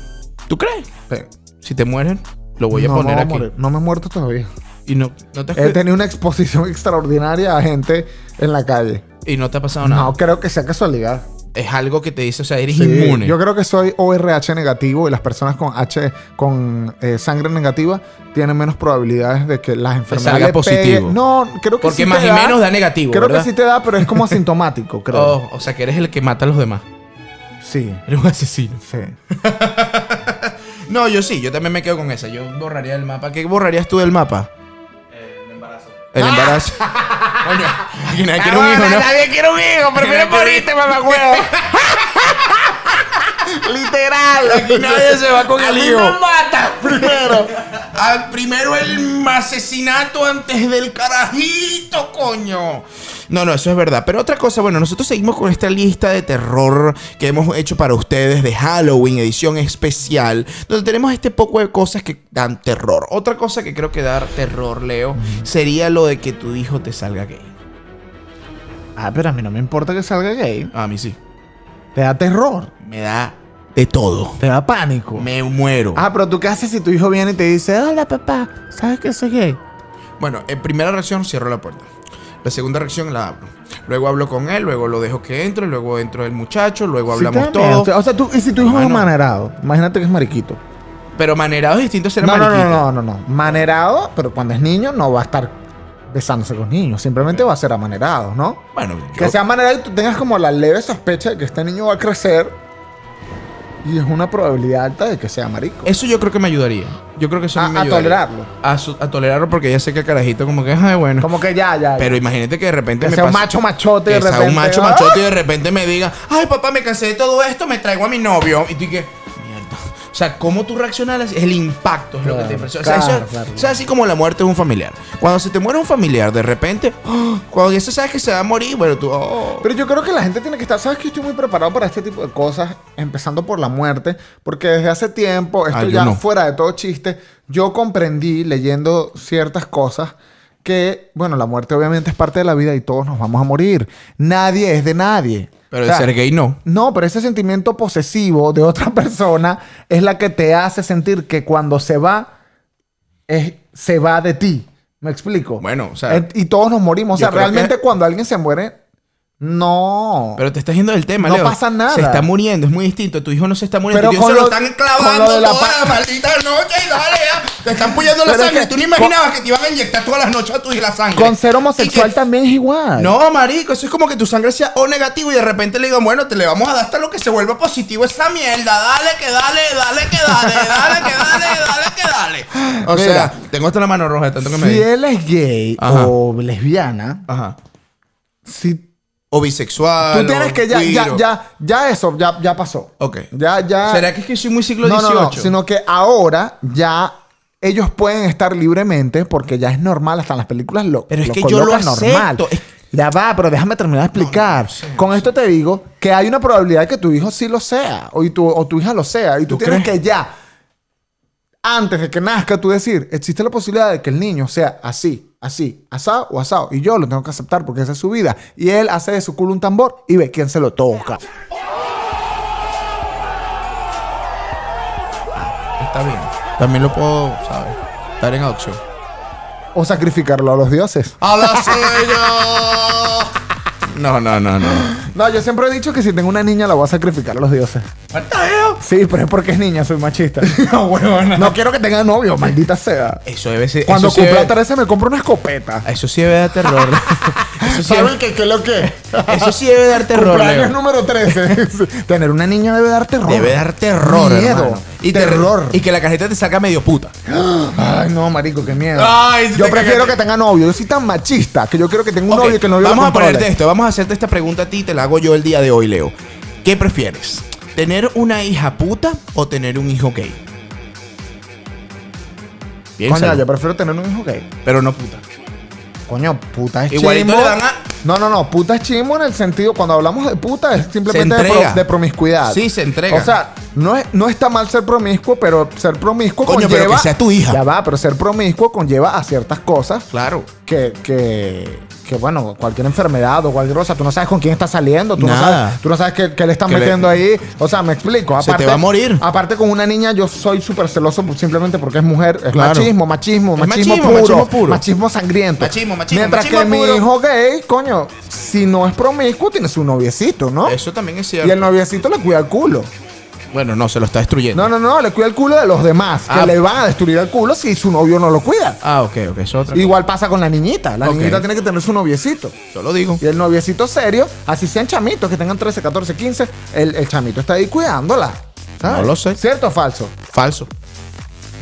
¿tú crees?
Sí.
Si te mueren, lo voy a
No me
poner
voy
aquí.
morir. Este- No me he muerto todavía.
Y no, no te has
He
cuid-
tenido una exposición extraordinaria a gente en la calle.
y no te ha pasado nada.
No creo que sea casualidad.
Es algo que te dice, o sea, eres
Sí,
inmune.
Yo creo que soy ORH negativo y las personas con H con eh, sangre negativa tienen menos probabilidades de que las enfermedades
salga
le peguen.
positivo.
No, creo que
Porque
sí
más
te
y menos da negativo,
Creo
¿verdad?
que sí te da, pero es como asintomático, creo.
Oh, o sea, que eres el que mata a los demás.
Sí,
Eres un asesino.
sí.
No, yo sí, yo también me quedo con esa. Yo borraría el mapa. ¿Qué borrarías tú del mapa?
Eh, me embarazo.
El embarazo. Coño, aquí nadie quiere un hijo, ¿no?
¡Ah! Nadie quiere un hijo, prefiero morirte, mamá Literal.
Aquí nadie se va con
A
el
mí
hijo.
me mata.
primero. Al primero el asesinato antes del carajito, coño. No, no, eso es verdad. Pero otra cosa, bueno, nosotros seguimos con esta lista de terror que hemos hecho para ustedes de Halloween, edición especial, donde tenemos este poco de cosas que dan terror. Otra cosa que creo que dar terror, Leo, sería lo de que tu hijo te salga gay.
Ah, pero a mí no me importa que salga gay.
A mí sí.
Te da terror.
Me da de todo.
Te da pánico.
Me muero.
Ah, pero tú qué haces si tu hijo viene y te dice, hola papá, ¿sabes que soy gay?
Bueno, en primera reacción cierro la puerta. La segunda reacción la abro. Luego hablo con él, luego lo dejo que entre, luego entro el muchacho, luego
Sí te da
hablamos
miedo.
todos.
O sea, tú, y si tu hijo es
Mano.
manerado, imagínate que es mariquito.
Pero manerados distintos ser
No, no,
mariquita.
no, no, no, no. Manerado, pero cuando es niño no va a estar besándose con niños. Simplemente va a ser amanerado, ¿no?
Bueno, yo-
Que sea manerado y tú tengas como la leve sospecha de que este niño va a crecer. Y es una probabilidad alta de que sea marico.
eso yo creo que me ayudaría. Yo creo que eso
A-
a mí me
a
ayudaría.
tolerarlo.
A, su- a tolerarlo porque ya sé que el carajito como que, ay, bueno.
Como que ya, ya. ya.
Pero imagínate que de repente
que
me
sea un
pase-
macho machote y de
que sea
repente.
un macho
¡ah!
machote y de repente me diga, ay papá, me cansé de todo esto, me traigo a mi novio. Y tú y que, mierda. O sea, cómo tú reaccionas es el impacto, es lo que
Claro,
te impresiona. O sea, eso-
claro, claro.
o sea, así como la muerte de un familiar. Cuando se te muere un familiar, de repente, ¡ah! cuando ya se sabe que se va a morir, bueno, tú, oh.
Pero yo creo que la gente tiene que estar, sabes que yo estoy muy preparado para este tipo de cosas, empezando por la muerte, porque desde hace tiempo, esto
Ah, yo
ya
no.
fuera de todo chiste, yo comprendí leyendo ciertas cosas que, bueno, la muerte obviamente es parte de la vida y todos nos vamos a morir. Nadie es de nadie.
Pero
O
de
sea,
ser gay no.
No, pero ese sentimiento posesivo de otra persona es la que te hace sentir que cuando se va, es- se va de ti. ¿Me explico?
Bueno, o sea,
Et- y todos nos morimos. O
yo
sea,
creo
realmente
que-
cuando alguien se muere, no.
Pero te estás yendo del tema,
No
Leo.
pasa nada.
Se está muriendo, es muy distinto. Tu hijo no se está muriendo.
Pero
tu hijo
con
se lo,
lo-
están
con lo
clavando
de la
toda
pa-
la maldita noche y dale, ya. Te están puyando la
Pero es
sangre.
que
Tú no imaginabas que te iban a inyectar todas las noches a tu hija la sangre.
Con ser homosexual
Y que-
también es igual.
No, marico, eso es como que tu sangre sea O negativo y de repente le digan, bueno, te le vamos a dar hasta lo que se vuelva positivo esa mierda. Dale, que dale, dale, que dale, dale, que dale, dale, que dale.
Mira.
O
eh.
sea, tengo hasta la mano roja de tanto que me
Si
di.
él es gay
Ajá.
o lesbiana,
Ajá.
si tú
O bisexual.
tienes
o
que ya, ya,
queer, o-
ya, ya eso, ya, ya pasó.
Ok.
Ya, ya.
¿Será que es que soy muy siglo
no,
XVIII?
no, no, sino que ahora ya ellos pueden estar libremente porque ya es normal, hasta en las películas lo
Pero es
lo
que yo lo
colocan normal.
acepto, es-
Ya va, pero déjame terminar de explicar. Con esto te digo que hay una probabilidad de que tu hijo sí lo sea o, y tu, o tu hija lo sea y tú,
¿Tú
tienes
crees?
que ya antes de que nazca tú decir, existe la posibilidad de que el niño sea así, así, asado o asado y yo lo tengo que aceptar porque esa es su vida y él hace de su culo un tambor y ve quién se lo toca.
Está bien. También lo puedo, ¿sabes? Dar en adopción.
O sacrificarlo a los dioses.
¡A la suya! No, no, no, no.
No, yo siempre he dicho que si tengo una niña la voy a sacrificar a los dioses. Sí, pero es porque es niña, soy machista.
No, huevona. Eh,
No quiero que tenga novio, maldita sea.
Eso debe ser.
Cuando
eso sí
cumpla
debe-
13 me compro una escopeta.
Eso sí debe dar terror. eso, sí
¿Saben
debe,
qué, qué es lo que?
eso sí debe dar terror.
Cumpleaños
Leo.
número 13. Tener una niña debe dar terror.
Debe dar terror.
Miedo.
hermano.
Y
te-
terror.
y que la cajeta te saca medio puta.
Ay, no, marico, qué miedo.
Ay,
yo
te
prefiero
cagaste.
que tenga novio. Yo soy tan machista que yo quiero que tenga un
Ok,
novio y que el novio lo
vamos a
controle.
ponerte este. esto, vamos a hacerte esta pregunta a ti y te la hago yo el día de hoy, Leo. ¿Qué prefieres? ¿Tener una hija puta o tener un hijo gay?
Coño,
Piénsalo,
yo prefiero tener un hijo gay.
pero no puta.
Coño, puta es
Igualito
chimbo.
le dan a-
No, no, no. Puta es chimbo en el sentido, cuando hablamos de puta, es simplemente
Se
de, pro-
entrega.
de promiscuidad.
Sí, se entrega.
O sea, no, es, no está mal ser promiscuo, pero ser promiscuo
Coño, pero
conlleva...
que sea tu hija.
Ya va, pero ser promiscuo conlleva a ciertas cosas
Claro.
que... que que, bueno, cualquier enfermedad o cualquier cosa, tú no sabes con quién está saliendo, tú no
Nada.
sabes, tú no sabes qué, qué le están
Que le-
metiendo ahí. O sea, me explico.
Se te va a morir.
Aparte, con una niña, yo soy súper celoso simplemente porque es mujer. Es
Claro.
machismo, machismo,
Es
machismo,
machismo,
puro,
machismo puro.
machismo sangriento.
Machismo, machismo,
Mientras
machismo
que mi
puro.
hijo gay, coño, si no es promiscuo, tiene su noviecito, ¿no?
Eso también es
Y
cierto.
el noviecito le cuida el culo.
Bueno, no, se lo está destruyendo.
No, no, no, le cuida el culo de los demás.
Ah.
Que le van a destruir el culo si su novio no lo cuida.
Ah, ok, ok, eso es otra.
Igual pasa con la niñita. La
Ok.
niñita tiene que tener su noviecito.
cosa. Yo lo digo.
Y el noviecito serio, así sean chamitos que tengan 13, 14, 15, el, el chamito está ahí cuidándola. ¿sabes?
No lo sé.
¿Cierto o falso?
Falso.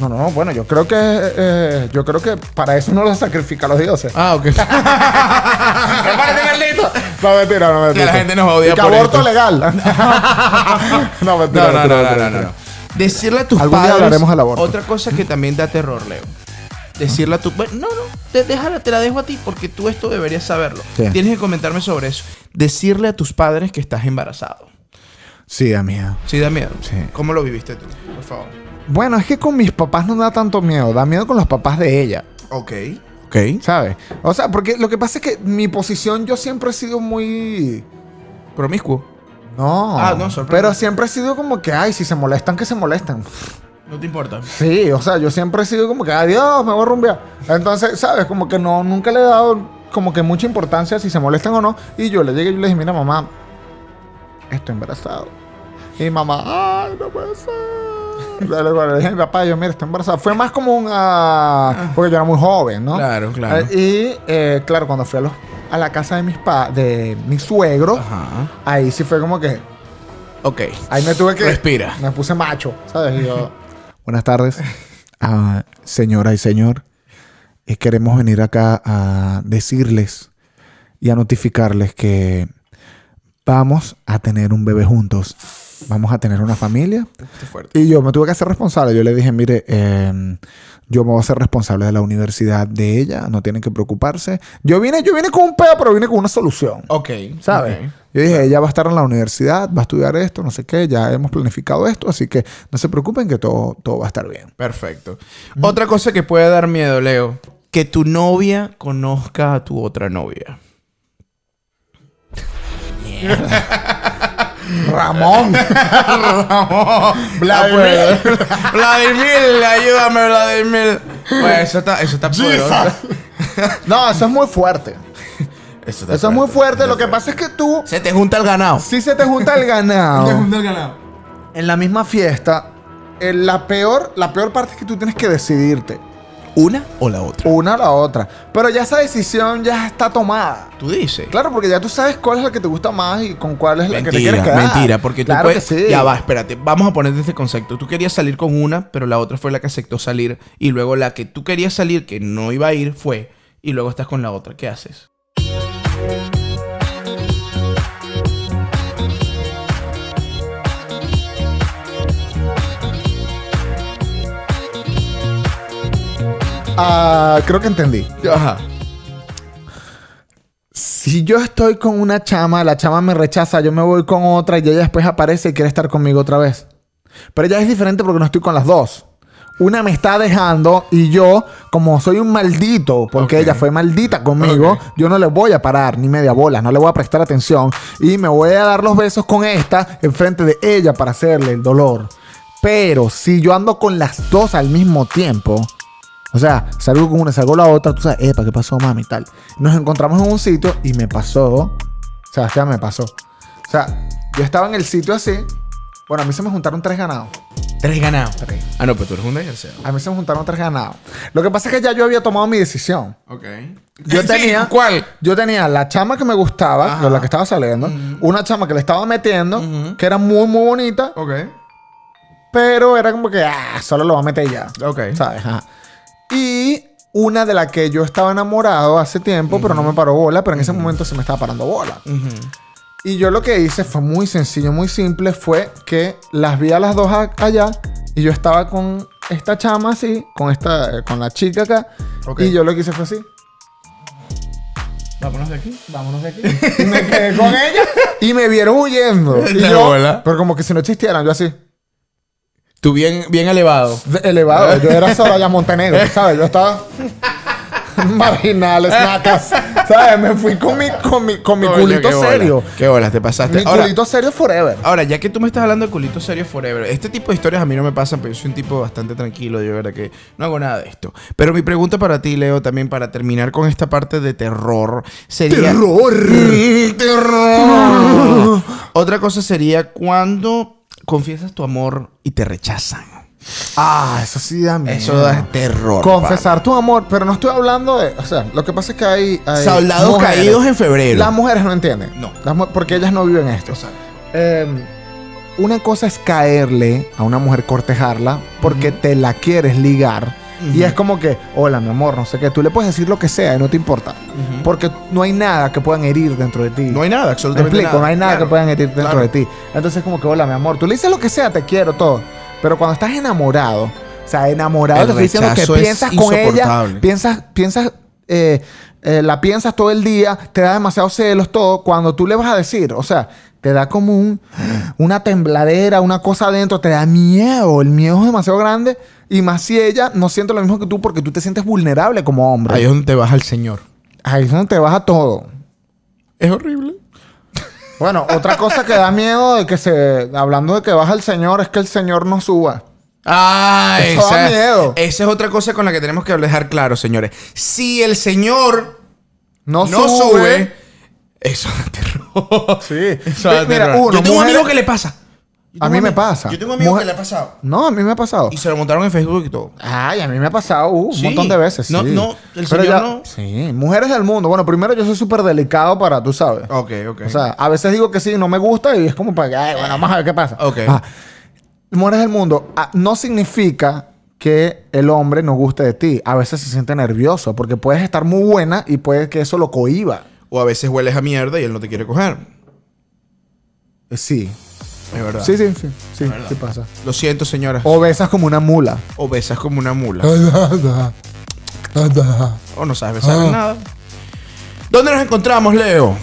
No, no, bueno, yo creo que eh, yo creo que para eso no lo sacrifica a los dioses.
Ah, ok. Ah,
¡Prepárate, Carlito! No, mentira, no, mentira.
Que la gente nos odia
Y que
por
aborto
esto.
legal. no, mentira,
No, no,
mentira,
no, no,
mentira,
no, no,
mentira.
no. Decirle a tus
Algún día
padres.
hablaremos del aborto.
Otra cosa que también da terror, Leo. Decirle a tu. bueno, No, no, te, déjala, te la dejo a ti porque tú esto deberías saberlo.
Sí.
Tienes que comentarme sobre eso. Decirle a tus padres que estás embarazado.
Sí, da miedo.
Sí, da miedo.
Sí.
¿Cómo lo viviste tú? Por favor.
Bueno, es que con mis papás no da tanto miedo. Da miedo con los papás de ella.
Ok. Ok.
¿Sabes? O sea, porque lo que pasa es que mi posición yo siempre he sido muy...
Promiscuo.
No.
Ah, no, sorprende.
Pero siempre he sido como que, ay, si se molestan, que se molestan.
No te importa.
Sí, o sea, yo siempre he sido como que, adiós, me voy a rumbear. Entonces, ¿sabes? Como que no, nunca le he dado como que mucha importancia si se molestan o no. Y yo le llegué y yo le dije, mira, mamá, estoy embarazado. Y mi mamá, ay, no puede ser. Le- Le le dije a mi papá, yo, mira, estoy embarazada. Fue más como un... ah, porque yo era muy joven, ¿no?
Claro, claro.
Eh, Y, eh, claro, cuando fui a, los- a la casa de mis pa de mi suegro,
Ajá.
ahí sí fue como que...
Ok.
Ahí me tuve que.
Respira.
Me puse macho, ¿sabes? Y yo, Buenas tardes, ah, señora y señor. Eh, queremos venir acá a decirles y a notificarles que vamos a tener un bebé juntos. Vamos a tener una familia.
Está fuerte.
Y yo me tuve que hacer responsable. Yo le dije, mire, eh, yo me voy a hacer responsable de la universidad de ella. No tienen que preocuparse. Yo vine, yo vine con un pedo, pero vine con una solución.
Ok.
¿Sabes?
ok.
Yo dije, ella va a estar en la universidad, va a estudiar esto, no sé qué, ya hemos planificado esto, así que no se preocupen que todo, todo va a estar bien.
Perfecto. Otra cosa que puede dar miedo, Leo. Que tu novia conozca a tu otra novia.
Ramón.
Vladimir. Vladimir, ayúdame, Vladimir. Bueno, eso está, eso está poderoso.
no, eso es muy fuerte.
Eso, está
Eso es muy fuerte. Lo que pasa es que tú,
Se te junta el ganado.
si se te junta el ganado
el ganado.
en la misma fiesta, eh, la, peor, la peor parte es que tú tienes que decidirte,
¿Una o la otra?
una o la otra. Pero ya esa decisión ya está tomada.
Tú dices.
Claro, porque ya tú sabes cuál es la que te gusta más y con cuál es la que te
Mentira,
quieres quedar.
mentira, porque tú
Claro
puedes...
que sí.
Ya va, espérate, vamos a ponerte este concepto. Tú querías salir con una, pero la otra fue la que aceptó salir. Y luego la que tú querías salir, que no iba a ir, fue. Y luego estás con la otra. ¿Qué haces?
Ah, creo que entendí.
Ajá.
Si yo estoy con una chama, la chama me rechaza, yo me voy con otra y ella después aparece y quiere estar conmigo otra vez. Pero ya es diferente porque no estoy con las dos. Una me está dejando y yo, como soy un maldito, porque
Ok.
ella fue maldita conmigo, yo no le voy a parar ni media bola, no le voy a prestar atención y me voy a dar los besos con esta enfrente de ella para hacerle el dolor. Pero si yo ando con las dos al mismo tiempo, o sea, salgo con una, salgo con la otra, tú sabes, epa, ¿qué pasó, mami? Tal. Nos encontramos en un sitio y me pasó, Sebastián, me pasó. O sea, yo estaba en el sitio así. Bueno, a mí se me juntaron tres ganados.
Tres ganados. Ah, no, pero tú eres un desgraciado.
A mí se me juntaron tres ganados. Lo que pasa es que ya yo había tomado mi decisión.
Ok.
Yo tenía.
¿Cuál?
Yo tenía la chama que me gustaba,
Ajá.
con la que estaba saliendo, una chama que le estaba metiendo,
Ujú.
que era muy, muy bonita,
Ok.
pero era como que, ah, solo lo va a meter y ya.
Ok.
¿Sabes? Ajá. Y una de la que yo estaba enamorado hace tiempo, pero no me paró bola, pero en ese momento se me estaba parando bola. Y yo lo que hice fue muy sencillo, muy simple, fue que las vi a las dos a- allá y yo estaba con esta chama así, con esta, eh, con la chica acá,
Ok.
y yo lo que hice fue así.
Vámonos de aquí.
Vámonos de aquí. Y me quedé con ella y me vieron huyendo. Y
De
yo,
bola.
pero como que si no existieran, yo así.
Tú bien, bien elevado.
de- elevado. Yo era Soraya Montenegro, ¿sabes? Yo estaba marginales, nacas. ¿Sabes? Me fui con mi, con mi, con mi
Coño,
culito
qué bola.
serio.
Qué bolas, te pasaste.
Mi
Ahora-
culito serio forever.
Ahora, ya que tú me estás hablando de culito serio forever, este tipo de historias a mí no me pasan, pero yo soy un tipo bastante tranquilo, yo de verdad que no hago nada de esto. Pero mi pregunta para ti, Leo, también para terminar con esta parte de terror, sería... Mm, ¡Terror! Otra cosa sería cuando confiesas tu amor y te rechazan.
Ah, eso sí da miedo.
Eso da terror.
Confesar tu amor, pero no estoy hablando de. O sea, lo que pasa es que hay. hay
Soldados caídos en febrero.
Las mujeres no entienden.
No.
Las mu- porque ellas no viven esto.
pana.
Em, una cosa es caerle a una mujer, cortejarla, porque te la quieres ligar. Y es como que, hola, mi amor, no sé qué. Tú le puedes decir lo que sea y no te importa. Porque no hay nada que puedan herir dentro de ti.
No hay nada,
Me
absolutamente
explico, no hay nada
Claro,
que puedan herir dentro
claro.
de ti. Entonces, como que, hola, mi amor, tú le dices lo que sea, te quiero, todo. Pero cuando estás enamorado, o sea, enamorado,
El
te estoy diciendo que
rechazo es
piensas con ella,
insoportable.
piensas, piensas, eh, eh, la piensas todo el día, te da demasiados celos, todo. Cuando tú le vas a decir, o sea, te da como un, una tembladera, una cosa adentro, te da miedo, el miedo es demasiado grande. Y más si ella no siente lo mismo que tú porque tú te sientes vulnerable como hombre.
Ahí es donde te vas al señor.
Ahí es donde te baja todo.
Es horrible.
Bueno, otra cosa que da miedo de que se. Hablando de que baja el señor, es que el señor no suba.
Ah,
Eso da
esa,
miedo.
esa es otra cosa con la que tenemos que dejar claro, señores. Si el señor
No,
no
sube.
sube, eso da terror.
Sí.
Eso da
Mira,
terror.
uno,
Yo tengo un amigo
mujeres-
que le pasa. Yo
A
tengo
mí me
ami-
pasa.
Yo tengo amigos
Mujer-
que le ha pasado.
No, a mí me ha pasado.
Y se lo montaron en Facebook y todo.
Ay, a mí me ha pasado uh, un
Sí.
montón de veces.
No,
sí.
no, el señor no.
Sí, mujeres del mundo. Bueno, primero yo soy súper delicado para, tú sabes.
Ok, ok.
O sea, a veces digo que sí, no me gusta y es como para que, ay, bueno, vamos a ver qué pasa.
Ok.
Ah, mujeres del mundo, ah, no significa que el hombre no guste de ti. A veces se siente nervioso porque puedes estar muy buena y puede que eso lo cohiba.
o a veces hueles a mierda y él no te quiere coger.
Eh, Sí.
Es verdad.
Sí, sí, sí. Sí, sí pasa.
Lo siento, señoras.
O besas como una mula.
O besas como una mula. o no sabes besar nada. ¿Dónde nos encontramos, Leo?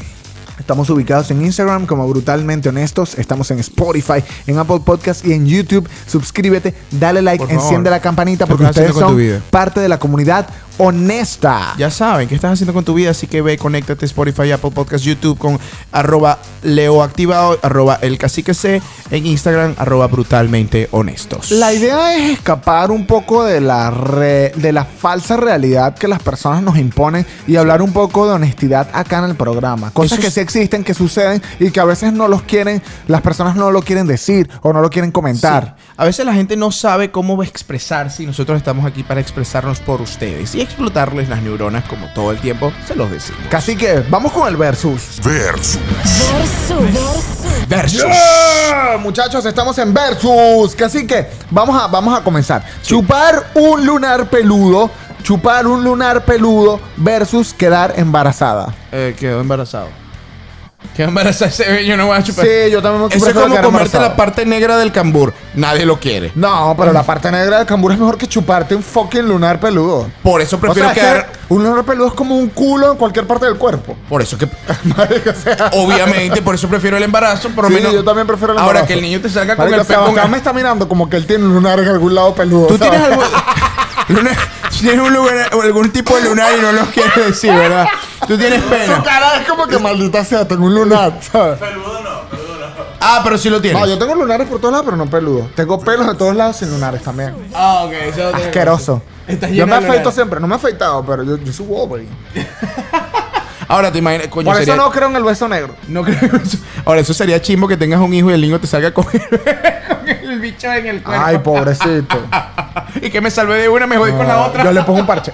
Estamos ubicados en Instagram como Brutalmente Honestos. Estamos en Spotify, en Apple Podcast y en YouTube. Suscríbete, dale like,
Por favor.
enciende la campanita
¿Qué
porque
estás
ustedes
haciendo con
son
tu vida?
parte de la comunidad honesta.
Ya saben, ¿qué estás haciendo con tu vida? Así que ve, conéctate Spotify, Apple Podcast, YouTube con arroba leoactivado, arroba el cacique C, en Instagram, arroba brutalmente honestos.
La idea es escapar un poco de la, re- de la falsa realidad que las personas nos imponen y hablar un poco de honestidad acá en el programa. Cosas
Eso
que
es-
sí existen, que suceden y que a veces no los quieren, las personas no lo quieren decir o no lo quieren comentar.
Sí. A veces la gente no sabe cómo expresarse y nosotros estamos aquí para expresarnos por ustedes y explotarles las neuronas como todo el tiempo se los decimos.
Así que vamos con el versus.
Versus. Versus.
Versus.
Yeah, Ah, Muchachos, estamos en Versus. Que Así que vamos a, vamos a comenzar. Chupar un lunar peludo. Chupar un lunar peludo versus quedar embarazada.
Eh, quedó embarazado. Quedó embarazada ese bebé, yo no voy a chupar.
Sí, yo también
Eso es
prefiero
como
quedar
comerte
embarazada.
la parte negra del cambur. Nadie lo quiere.
No, pero la parte negra del cambur es mejor que chuparte un fucking lunar peludo.
Por eso prefiero
O sea, es
quedar.
que un lunar peludo es como un culo en cualquier parte del cuerpo.
Por eso que.
Marico, o sea,
Obviamente, por eso prefiero el embarazo. Por lo
sí,
menos.
yo también prefiero el
Ahora
embarazo.
que el niño te salga con
Marico,
el
o sea,
pezón.
Bacán me está mirando como que él tiene un lunar en algún lado peludo.
Tú
¿sabes?
tienes algo. Luna- tienes un lugar, o algún tipo de lunar y no lo quieres decir, ¿verdad? Tú tienes
Su
pena.
cara es como que maldita sea, tengo un lunar, ¿sabes?
Ah, pero sí lo tienes.
No, yo tengo lunares por todos lados, pero no peludo. Tengo pelos de todos lados sin lunares también.
Ah, ok. eso lo tengo.
Asqueroso.
Estás
Yo
lleno
me
de
afeito
lunares.
siempre, no me he afeitado, pero yo, yo soy Wolverine.
Ahora te imaginas. Coño,
Por
sería-
eso no creo en el beso negro.
No creo que eso- Ahora, eso sería chimbo que tengas un hijo y el niño te salga con con el bicho en el cuerpo.
Ay, pobrecito.
y que me salvé de una, me jodí con la otra.
Yo le pongo un parche.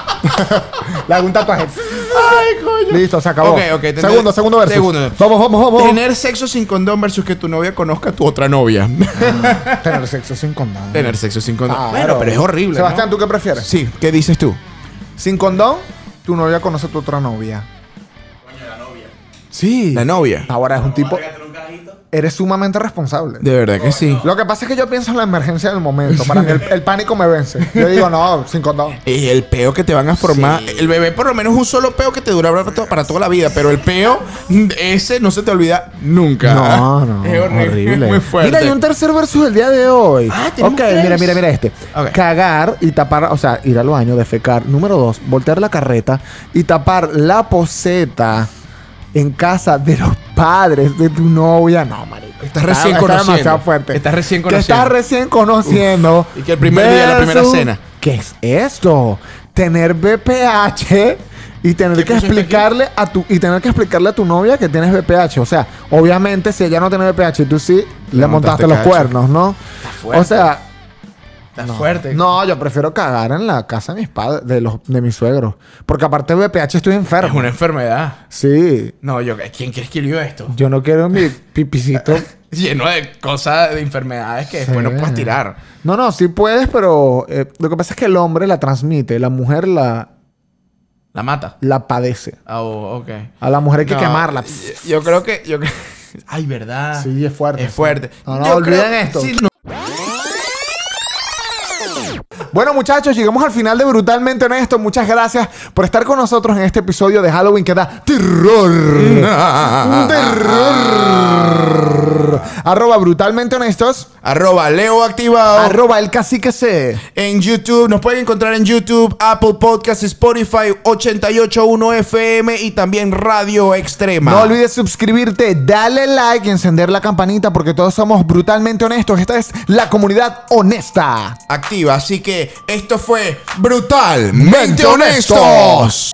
le hago un tatuaje.
Ay, coño.
Listo, se acabó.
Ok, ok, tener-
Segundo, segundo verso.
Segundo.
Vamos, vamos, vamos. Tener,
Tener sexo sin condón versus que tu novia conozca a tu otra novia.
sexo sin condón.
Tener sexo sin condón.
Ah, Claro.
Bueno, pero es horrible. ¿no?
Sebastián, ¿tú qué prefieres?
Sí, ¿qué dices tú?
Sin condón, tu novia conoce a tu otra novia.
Sí. La novia.
Ahora es un tipo.
Pégate un carajito.
Eres sumamente responsable.
De verdad que sí.
Lo que pasa es que yo pienso en la emergencia del momento. Para mí el, el pánico me vence. Yo digo, no, sin condón.
Y el peo que te van a formar. El bebé, por lo menos, un solo peo que te dura para, to- para toda la vida. Pero el peo, ese no se te olvida nunca. Es horrible. Muy fuerte.
Mira, hay un tercer versus del día de hoy.
Ah,
ok,
tenemos tres.
mira, mira, mira este.
Ok.
Cagar y tapar, o sea, ir al baño, defecar. Número dos, voltear la carreta y tapar la poseta en casa de los padres de tu novia. No, marico.
Estás recién
está
conociendo.
demasiado fuerte.
Estás recién
Que estás
conociendo.
recién conociendo.
Y que el primer día de la primera
versus-
cena.
¿Qué es esto? Tener BPH y tener
¿Qué
que
pusiste aquí?
explicarle a tu y tener que explicarle a tu novia que tienes BPH, o sea, obviamente si ella no tiene BPH y tú sí le,
Le
montaste,
montaste
los
cacho.
cuernos, ¿no?
fuerte.
O sea,
Está fuerte.
no, yo prefiero cagar en la casa de mis padres, de los de mis suegros, porque aparte de BPH estoy
Es
enfermo.
una enfermedad.
Sí,
No, yo. ¿Quién crees que escribió esto?
yo no quiero mi pipicito.
Lleno de cosas, de enfermedades que después no
Sí.
puedes tirar.
No, no, sí puedes, pero eh, lo que pasa es que el hombre la transmite, la mujer la
La mata.
la padece.
Ah, oh, ok.
A la mujer hay que
No,
quemarla.
Yo, yo creo que. Yo, cre- ay, ¿verdad?
Sí, es fuerte.
Es fuerte.
No, no,
Yo
olviden
creo-
esto.
sí, no.
Bueno, muchachos, llegamos al final de Brutalmente Honesto. Muchas gracias por estar con nosotros en este episodio de Halloween que da
Mm.
terror. terror. Arroba Brutalmente Honestos.
Arroba Leo Activado.
Arroba El Cacique C.
en YouTube, nos pueden encontrar en YouTube, Apple Podcasts, Spotify, 881 FM y también Radio Extrema.
No olvides suscribirte, dale like y encender la campanita porque todos somos brutalmente honestos. Esta es la comunidad honesta.
Activa, así que esto fue Brutalmente Honestos.